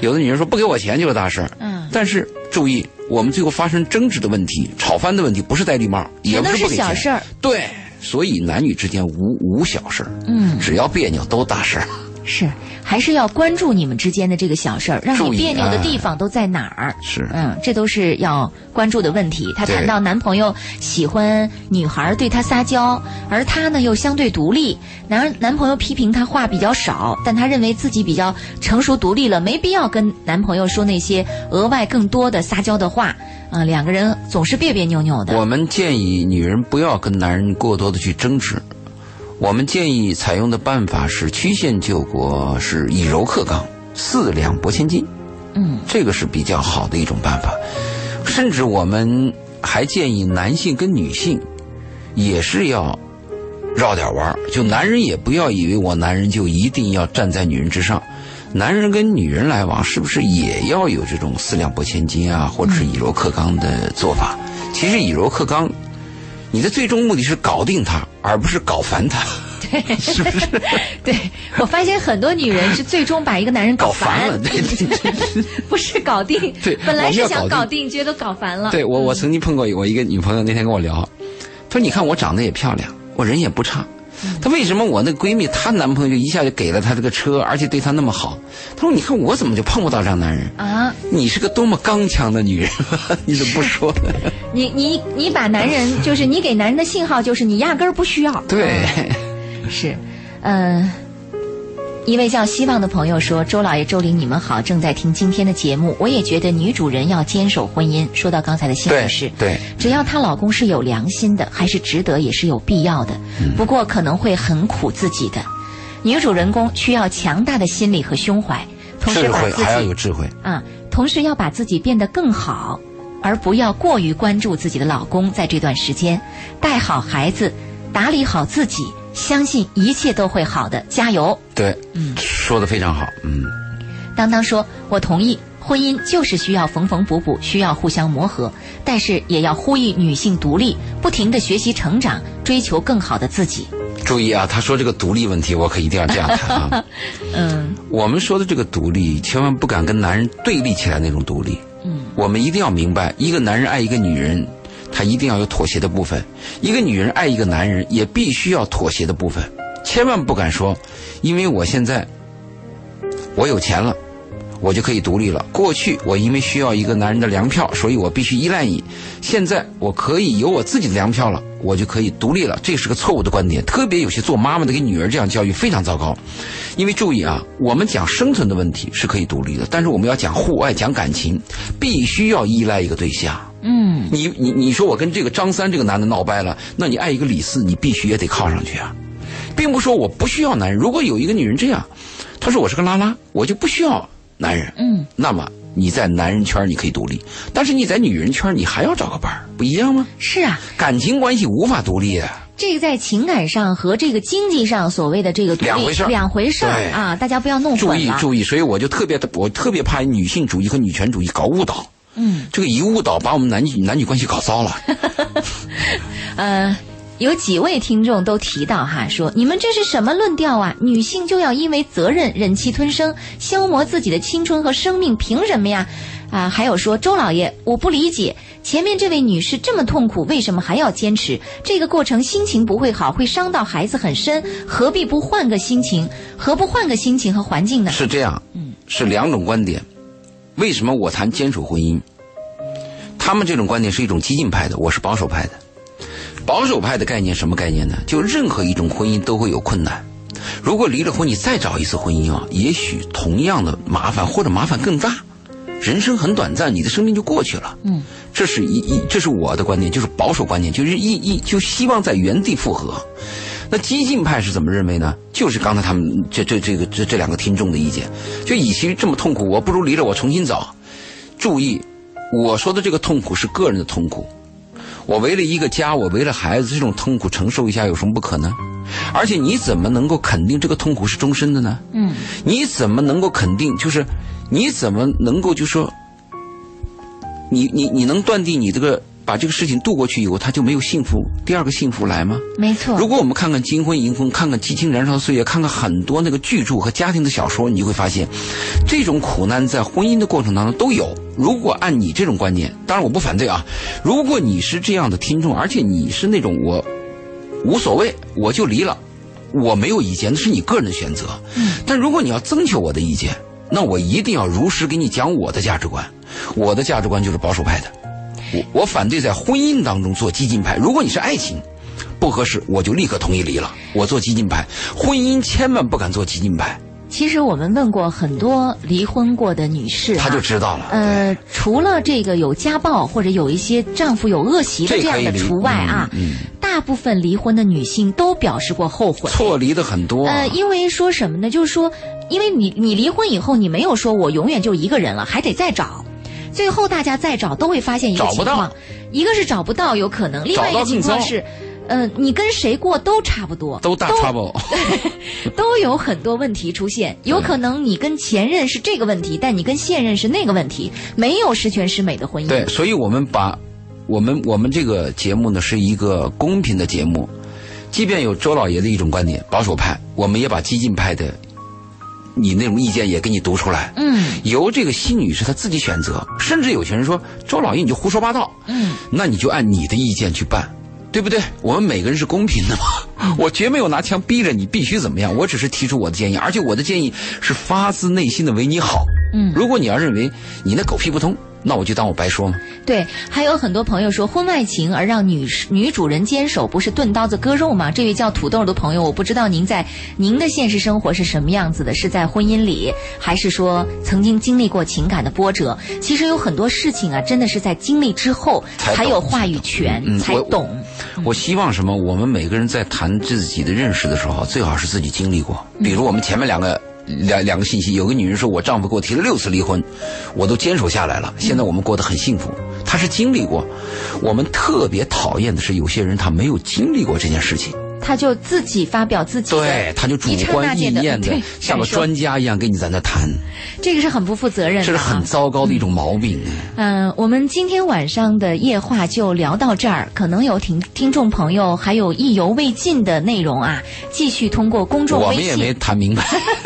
S3: 有的女人说不给我钱就是大事儿。
S2: 嗯
S3: 但是注意，我们最后发生争执的问题、吵翻的问题，不是戴绿帽，也
S2: 全
S3: 不
S2: 都
S3: 不
S2: 是
S3: 给
S2: 小
S3: 钱
S2: 事儿。
S3: 对，所以男女之间无无小事儿，
S2: 嗯
S3: 只要别扭都大事儿。
S2: 是，还是要关注你们之间的这个小事儿，让
S3: 注
S2: 你
S3: 意
S2: 别扭的
S3: 哎
S2: 地方都在哪儿？
S3: 是
S2: 嗯，这都是要关注的问题。她
S3: 对
S2: 谈到男朋友喜欢女孩儿对她撒娇，而她呢又相对独立，男男朋友批评她话比较少，但她认为自己比较成熟独立了，没必要跟男朋友说那些额外更多的撒娇的话。啊、两个人总是别别扭扭的。
S3: 我们建议女人不要跟男人过多的去争执，我们建议采用的办法是曲线救国，是以柔克刚，四两拨千斤。
S2: 嗯，
S3: 这个是比较好的一种办法。甚至我们还建议男性跟女性也是要绕点弯儿，就男人也不要以为我男人就一定要站在女人之上。男人跟女人来往，是不是也要有这种四两拨千斤啊，或者是以柔克刚的做法？其实以柔克刚，你的最终目的是搞定他，而不是搞烦他。
S2: 对 我发现很多女人是最终把一个男人
S3: 搞
S2: 烦
S3: 烦 了，对对对
S2: 不是搞定，
S3: 对
S2: 本来
S3: 我们
S2: 是
S3: 要
S2: 想
S3: 搞
S2: 搞定，觉得搞烦了。
S3: 对我，我曾经碰过我一个女朋友，那天跟我聊，她说：“你看我长得也漂亮，我人也不差，她为什么我那闺蜜她男朋友就一下就给了她这个车，而且对她那么好？”她说：“你看我怎么就碰不到这样男人？
S2: 啊，
S3: 你是个多么刚强的女人， 你怎么不说 呢？
S2: 你你你把男人就是你给男人的信号就是你压根儿不需要。
S3: 对，
S2: 是，嗯、一位叫希望的朋友说：“周老爷、周玲，你们好，正在听今天的节目，我也觉得女主人要坚守婚姻。说到刚才的性
S3: 对
S2: 女士，
S3: 对，
S2: 只要她老公是有良心的，还是值得，也是有必要的。
S3: 嗯
S2: 不过可能会很苦自己的。女主人公需要强大的心理和胸怀，同时
S3: 智
S2: 把
S3: 慧
S2: 自己
S3: 还要有智慧。
S2: 啊，同时要把自己变得更好，而不要过于关注自己的老公。在这段时间，带好孩子，打理好自己，相信一切都会好的，加油！
S3: 对，
S2: 嗯
S3: 说的非常好，嗯，
S2: 当当说：“我同意，婚姻就是需要缝缝补补，需要互相磨合，但是也要呼吁女性独立，不停的学习成长，追求更好的自己。
S3: 注意啊，她说这个独立问题，我可一定要这样谈啊。”
S2: 嗯
S3: 我们说的这个独立，千万不敢跟男人对立起来那种独立。
S2: 嗯，
S3: 我们一定要明白，一个男人爱一个女人，他一定要有妥协的部分；一个女人爱一个男人，也必须要妥协的部分。千万不敢说，因为我现在我有钱了，我就可以独立了。过去我因为需要一个男人的粮票，所以我必须依赖你。现在我可以有我自己的粮票了，我就可以独立了。这是个错误的观点，特别有些做妈妈的给女儿这样教育非常糟糕。因为注意啊，我们讲生存的问题是可以独立的，但是我们要讲户外、讲感情，必须要依赖一个对象。
S2: 嗯，
S3: 你你你说我跟这个张三这个男的闹掰了，那你爱一个李四，你必须也得靠上去啊，并不是说我不需要男人。如果有一个女人这样，她说我是个拉拉，我就不需要男人，
S2: 嗯，
S3: 那么你在男人圈你可以独立，但是你在女人圈你还要找个伴儿，不一样吗？
S2: 是啊，
S3: 感情关系无法独立啊的，
S2: 这个在情感上和这个经济上所谓的这个独立
S3: 两回事儿
S2: 两回事儿
S3: 对
S2: 啊，大家不要弄
S3: 注
S2: 混
S3: 意
S2: 了。
S3: 注意，所以我就特别我特别怕女性主义和女权主义搞误导。
S2: 嗯，
S3: 这个一误导，把我们男女男女关系搞糟了。
S2: 呃，有几位听众都提到哈，说你们这是什么论调啊？女性就要因为责任忍气吞声，消磨自己的青春和生命，凭什么呀？啊，还有说周老爷，我不理解，前面这位女士这么痛苦，为什么还要坚持？这个过程心情不会好，会伤到孩子很深，何必不换个心情？何不换个心情和环境呢？
S3: 是这样，是两种观点。为什么我谈坚守婚姻？他们这种观点是一种激进派的，我是保守派的。保守派的概念什么概念呢？就任何一种婚姻都会有困难。如果离了婚，你再找一次婚姻啊，也许同样的麻烦或者麻烦更大。人生很短暂，你的生命就过去了。嗯，这是一一，这是我的观点，就是保守观点，就是一一就希望在原地复合。那激进派是怎么认为呢？就是刚才他们这这这个这这两个听众的意见，就与其这么痛苦，我不如离了我重新找。注意，我说的这个痛苦是个人的痛苦，我为了一个家，我为了孩子，这种痛苦承受一下有什么不可呢？而且你怎么能够肯定这个痛苦是终身的呢？嗯，你怎么能够肯定？就是你怎么能够就说，你你你能断定你这个把这个事情度过去以后，他就没有幸福，第二个幸福来吗？
S2: 没错
S3: 如。果我们看看《金婚银婚》，看看《激情燃烧的岁月》，看看很多那个巨著和家庭的小说，你就会发现，这种苦难在婚姻的过程当中都有。如果按你这种观念，当然我不反对啊。如果你是这样的听众，而且你是那种我无所谓，我就离了，我没有意见，那是你个人的选择。但如果你要征求我的意见，那我一定要如实给你讲我的价值观。我的价值观就是保守派的，我我反对在婚姻当中做激进派。如果你是爱情。不合适，我就立刻同意离了。我做激进派，婚姻千万不敢做激进派，
S2: 其实我们问过很多离婚过的女士、啊，
S3: 他就知道了。
S2: 呃，除了这个有家暴或者有一些丈夫有恶习的这
S3: 这可
S2: 样
S3: 以
S2: 的
S3: 理
S2: 除外啊，
S3: 嗯
S2: 大部分离婚的女性都表示过后悔。
S3: 错离的很多、啊
S2: 呃，因为说什么呢？就是说，因为你你离婚以后，你没有说我永远就一个人了，还得再找。最后大家再找都会发现一个
S3: 找不
S2: 情
S3: 到
S2: 况，一个是找不到有可能，另外一个
S3: 找到更
S2: 情况
S3: 糟
S2: 是，呃，你跟谁过都呃差不多，
S3: 都大 trouble。
S2: 都有很多问题出现，有可能你跟前任是这个问题，但你跟现任是那个问题，没有十全十美的婚姻。
S3: 对，所以我们把我们我们这个节目呢是一个公平的节目，即便有周老爷的一种观点保守派，我们也把激进派的你那种意见也给你读出来。
S2: 嗯
S3: 由这个新女士她自己选择，甚至有些人说周老爷你就胡说八道，
S2: 嗯，
S3: 那你就按你的意见去办，对不对？我们每个人是公平的
S2: 嗯
S3: 嘛，我绝没有拿枪逼着你必须怎么样，我只是提出我的建议，而且我的建议是发自内心的为你好。
S2: 嗯
S3: 如果你要认为你那狗屁不通，那我就当我白说嘛。
S2: 对，还有很多朋友说婚外情而让女女主人坚守，不是钝刀子割肉吗？这位叫土豆的朋友，我不知道您在您的现实生活是什么样子的，是在婚姻里，还是说曾经经历过情感的波折？其实有很多事情啊，真的是在经历之后
S3: 才懂
S2: 才有话语权，
S3: 嗯
S2: 才
S3: 我
S2: 懂。
S3: 我希望什么？我们每个人在谈自己的认识的时候，最好是自己经历过。比如我们前面两个。两两个信息，有个女人说，我丈夫给我提了六次离婚，我都坚守下来了，现在我们过得很幸福。她是经历过，我们特别讨厌的是有些人他没有经历过这件事情，
S2: 他就自己发表自己的
S3: 对，他就主
S2: 一刹那
S3: 观意
S2: 间的
S3: 念的
S2: 对，
S3: 像个
S2: 感受
S3: 专家一样跟你在那谈，
S2: 这个是很不负责任
S3: 这
S2: 的、啊，
S3: 是很糟糕的一种毛病。
S2: 嗯、我们今天晚上的夜话就聊到这儿，可能有听听众朋友还有意犹未尽的内容啊，继续通过公众
S3: 我
S2: 微
S3: 们也
S2: 信
S3: 没谈明白，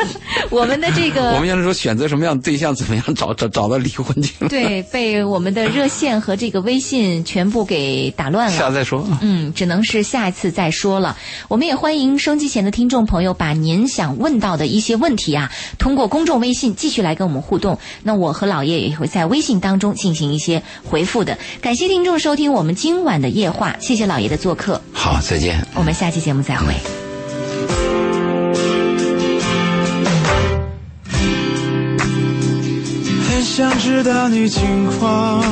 S2: 我们的这
S3: 我
S2: 个
S3: 们。要是说选择什么样的对象，怎么样找找找到离婚去了，
S2: 对，被我们的热线和这个微信全部给打乱了
S3: 下。次再说。
S2: 嗯，只能是下一次再说了。我们也欢迎收机前的听众朋友把您想问到的一些问题啊，通过公众微信继续来跟我们互动。那我和老叶也会在微信当中进行一些回复的。感谢听众收听我们今晚的夜话，谢谢老爷的做客，
S3: 好，再见。
S2: 我们下期节目再会。
S4: 很想知道你近况，